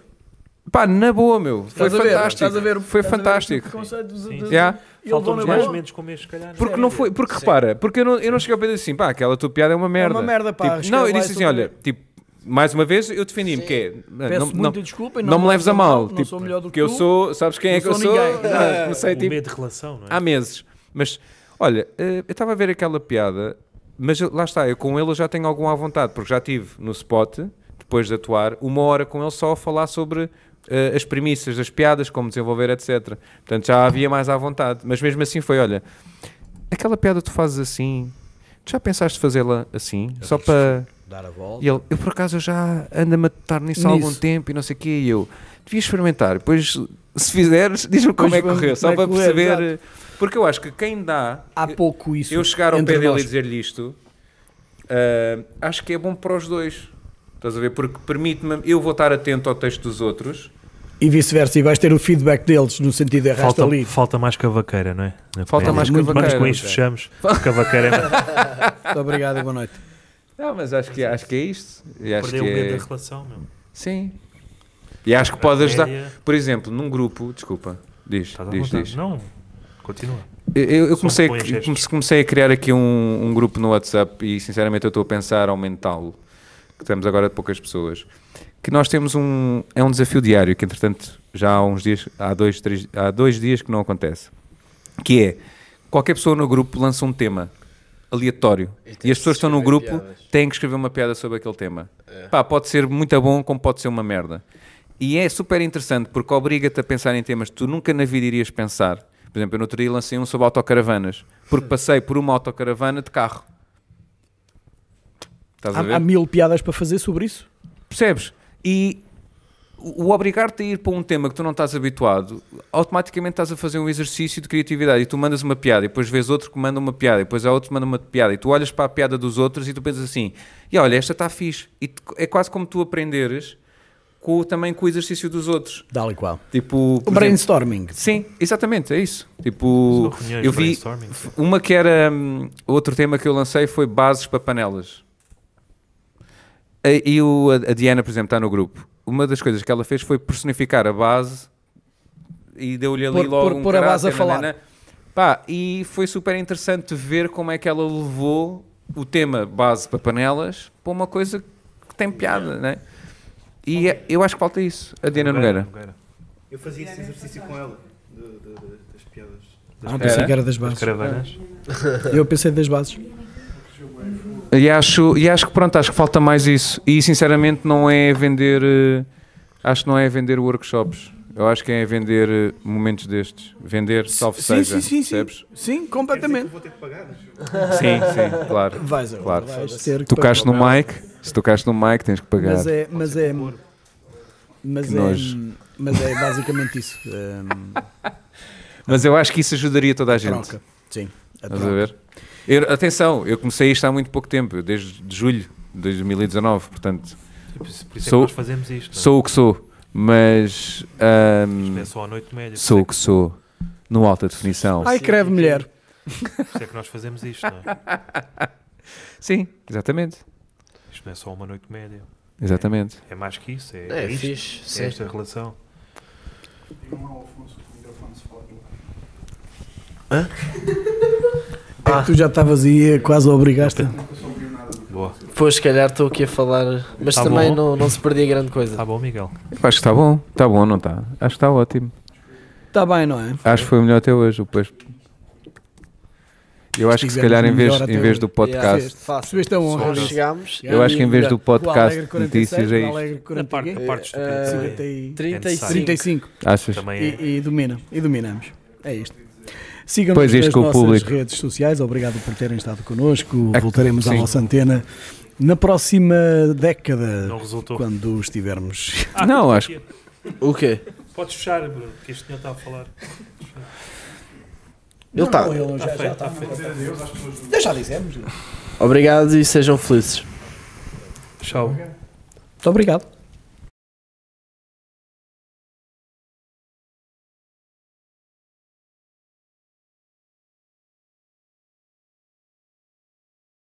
A: pá, na boa, meu, foi
B: Estás a ver,
A: fantástico.
B: estás a ver o-
A: foi
B: estás a ver o
A: fantástico.
B: preconceito dos- dos-
A: Yeah.
B: Ele
C: Faltam-nos
B: levou na
C: mais
B: boa.
C: momentos como este, um se calhar. é?
A: Porque não foi, porque repara, porque eu não, eu não cheguei ao pé e disse assim, pá, aquela tua piada é uma merda.
B: merda, pá,
A: Tipo,
B: escreve
A: não, eu
B: lá
A: disse
B: isso
A: assim,
B: outra
A: olha, tipo, mais uma vez eu defendi-me, que é.
B: Peço
A: não, não,
B: muita desculpa e
A: não me leves a mal,
B: não
A: tipo,
B: sou melhor do
A: que eu
B: tu.
A: sou, sabes quem
B: não
A: é que eu
B: sou
A: sou?
B: ninguém.
A: Ah, Comecei
C: O
A: tipo,
C: Um medo de relação, não é?
A: há meses. Mas, olha, eh, eu estava a ver aquela piada, mas eu- lá está, eu com ele eu já tenho algum à vontade, porque já tive no spot, depois de atuar, uma hora com ele só a falar sobre eh, as premissas das piadas, como desenvolver, etc. Portanto, já havia mais à vontade. Mas mesmo assim foi, olha, aquela piada tu fazes assim, tu já pensaste fazê-la assim,
C: É
A: só para...
B: Dar a volta.
A: E ele, eu por acaso eu já ando a matutar nisso há
B: Nisso.
A: algum tempo e não sei o quê, e eu, devias experimentar, depois se fizeres, diz-me como
B: Pois
A: é que
B: vamos-
A: correu, só
B: como é
A: para
B: que correu,
A: perceber. Porque eu acho que quem dá,
B: Há pouco isso.
A: eu chegar ao
B: entre
A: pé dele
B: nós.
A: e dizer-lhe isto, ah, acho que é bom para os dois. Estás a ver? Porque permite-me, eu vou estar atento ao texto dos outros.
B: E vice-versa, e vais ter o feedback deles no sentido de arrasta
C: Falta,
B: ali.
C: falta mais cavaqueira, não é? Na
A: Falta
C: pele.
A: mais
C: Muito
A: cavaqueira.
C: Mas com isto fechamos. Cavaqueira é mais-
B: Muito obrigado e boa noite.
A: Não, mas acho que, acho que é isto. E acho
C: perdeu um o
A: que
C: medo
A: é-
C: da relação, meu.
A: Sim. E acho que pode ajudar.
C: Média.
A: Por exemplo, num grupo, desculpa, diz,
C: Estás à
A: diz,
C: vontade.
A: diz.
C: Não, continua.
A: Eu- Eu, eu
C: Só
A: comecei,
C: põe
A: a-
C: gestos.
A: comece- comecei a criar aqui um, um grupo no WhatsApp e sinceramente eu estou a pensar aumentá-lo, que temos agora poucas pessoas. Que nós temos um. É um desafio diário que, entretanto, já há uns dias, há dois, três, há dois dias que não acontece. Que é qualquer pessoa no grupo lança um tema aleatório
D: E tem
A: e,
D: que
A: as pessoas que estão no
D: escrever
A: grupo
D: piadas. É.
A: têm que escrever uma piada sobre aquele tema. Pá, pode ser muito bom, como pode ser uma merda. E é super interessante porque obriga-te a pensar em temas que tu nunca na vida irias pensar. Por exemplo, eu no outro dia lancei um sobre autocaravanas, porque
D: Hum.
A: passei por uma autocaravana de carro. Estás a ver?
B: Há, há mil piadas para fazer sobre isso.
A: Percebes? E o o obrigar-te a ir para um tema que tu não estás habituado, automaticamente estás a fazer um exercício de criatividade e tu mandas uma piada e depois vês outro que manda uma piada e depois há outro que manda uma piada e tu olhas para a piada dos outros e tu pensas assim, e olha, esta está fixe. E te- é quase como tu aprenderes com, também com o exercício dos outros.
B: Dá-lhe qual.
A: Tipo, por exemplo,
B: Brainstorming.
A: Sim, exatamente, é isso.
C: São
A: Tipo,
C: reuniões
A: eu
C: de
A: vi
C: brainstorming.
A: uma que era hum, outro tema que eu lancei foi bases para panelas. E, e o, a, a Diana, por exemplo, está no grupo. Uma das coisas que ela fez foi personificar a base e deu-lhe ali
B: Pôr-
A: logo
B: pôr-
A: um
B: pôr a base
A: caráter,
B: a falar.
A: nanana. Pá, e foi super interessante ver como é que ela levou o tema base para panelas para uma coisa que tem piada, né? E é- eu acho que falta isso, a Diana Nogueira.
F: Eu fazia esse exercício com ela, de- de- de- das piadas.
B: Ah, pensei
A: Era?
B: que era das bases.
C: As caravanas.
B: Eu pensei das bases.
A: E acho, e acho que pronto, acho que falta mais isso. E sinceramente não é vender. eh, Acho que não é vender workshops. Eu acho que é vender eh, momentos destes. Vender, salve
B: sim,
A: seja.
B: sim, sim, sim.
A: percebes?
B: Sim, completamente.
A: Sim, sim, claro.
B: Vais,
A: Claro.
B: vais ter que
A: Tocaste no mic, se tocaste no mic tens que pagar.
B: Mas é, mas é, mas
A: Que
B: é,
A: nojo.
B: mas é basicamente isso. Hum,
A: Mas eu acho que isso ajudaria toda a gente.
B: Troca. Sim. A
A: Estás
B: troca.
A: a ver? Eu- atenção, eu comecei isto há muito pouco tempo, eu desde julho de 2019, portanto,
C: Por isso por isso é
A: Sou-
C: que nós fazemos isto.
A: sou o que sou, mas ahm,
C: Isto é só à noite média.
A: sou o
C: por
A: que sou, no alta definição.
B: Ai, creve mulher.
C: isso é que- Por isso é que nós fazemos isto, não é?
A: Sim, exatamente.
C: Isto não é só uma noite média.
A: Exatamente.
C: É mais que isso. É,
D: É,
C: isto.
D: fixe.
C: É
D: Sim.
C: esta relação.
B: É que tu já estavas aí eh, quase a obrigaste.
C: Boa.
D: Pois, se calhar estou aqui a falar, mas
C: Tá
D: também
C: bom.
D: não, não se perdia grande coisa.
A: Tá
C: Está Tá bom, Miguel?
A: Eu acho que está bom, está bom, não está? Acho que está ótimo.
B: Está bem, não é?
A: Acho que foi o melhor até hoje. Depois. Eu acho que se
B: Estivemos
A: calhar
B: no
A: em vez,
B: melhor até
A: em vez
B: hoje.
A: do
D: Yeah,
A: podcast,
D: fácil.
B: Percebeste a honra.
D: Nós chegámos.
A: eu acho que em vez do podcast
B: Alegre
A: de notícias é isto.
B: Alegre 40
C: parte,
B: quê?
C: a parte
D: Eh, eh,
C: estúpida.
B: 50 e-
D: 35.
B: 35.
A: Achas?
C: É Também é.
B: E, e domina. E dominamos. É isto. Sigam-nos
A: Pois, isto
B: nas
A: com o
B: nossas
A: público.
B: redes sociais. Obrigado por terem estado connosco.
A: É que-
B: Voltaremos à
A: sim.
B: nossa antena na próxima década,
C: Não resultou.
B: quando estivermos.
A: Não, acho que.
D: O quê?
C: Podes fechar, Bruno, que este senhor está a falar.
D: Ele tá. está.
C: Está feito, está feito.
B: Nós já dissemos. é?
D: Obrigado e sejam felizes.
C: Tchau.
B: Muito obrigado.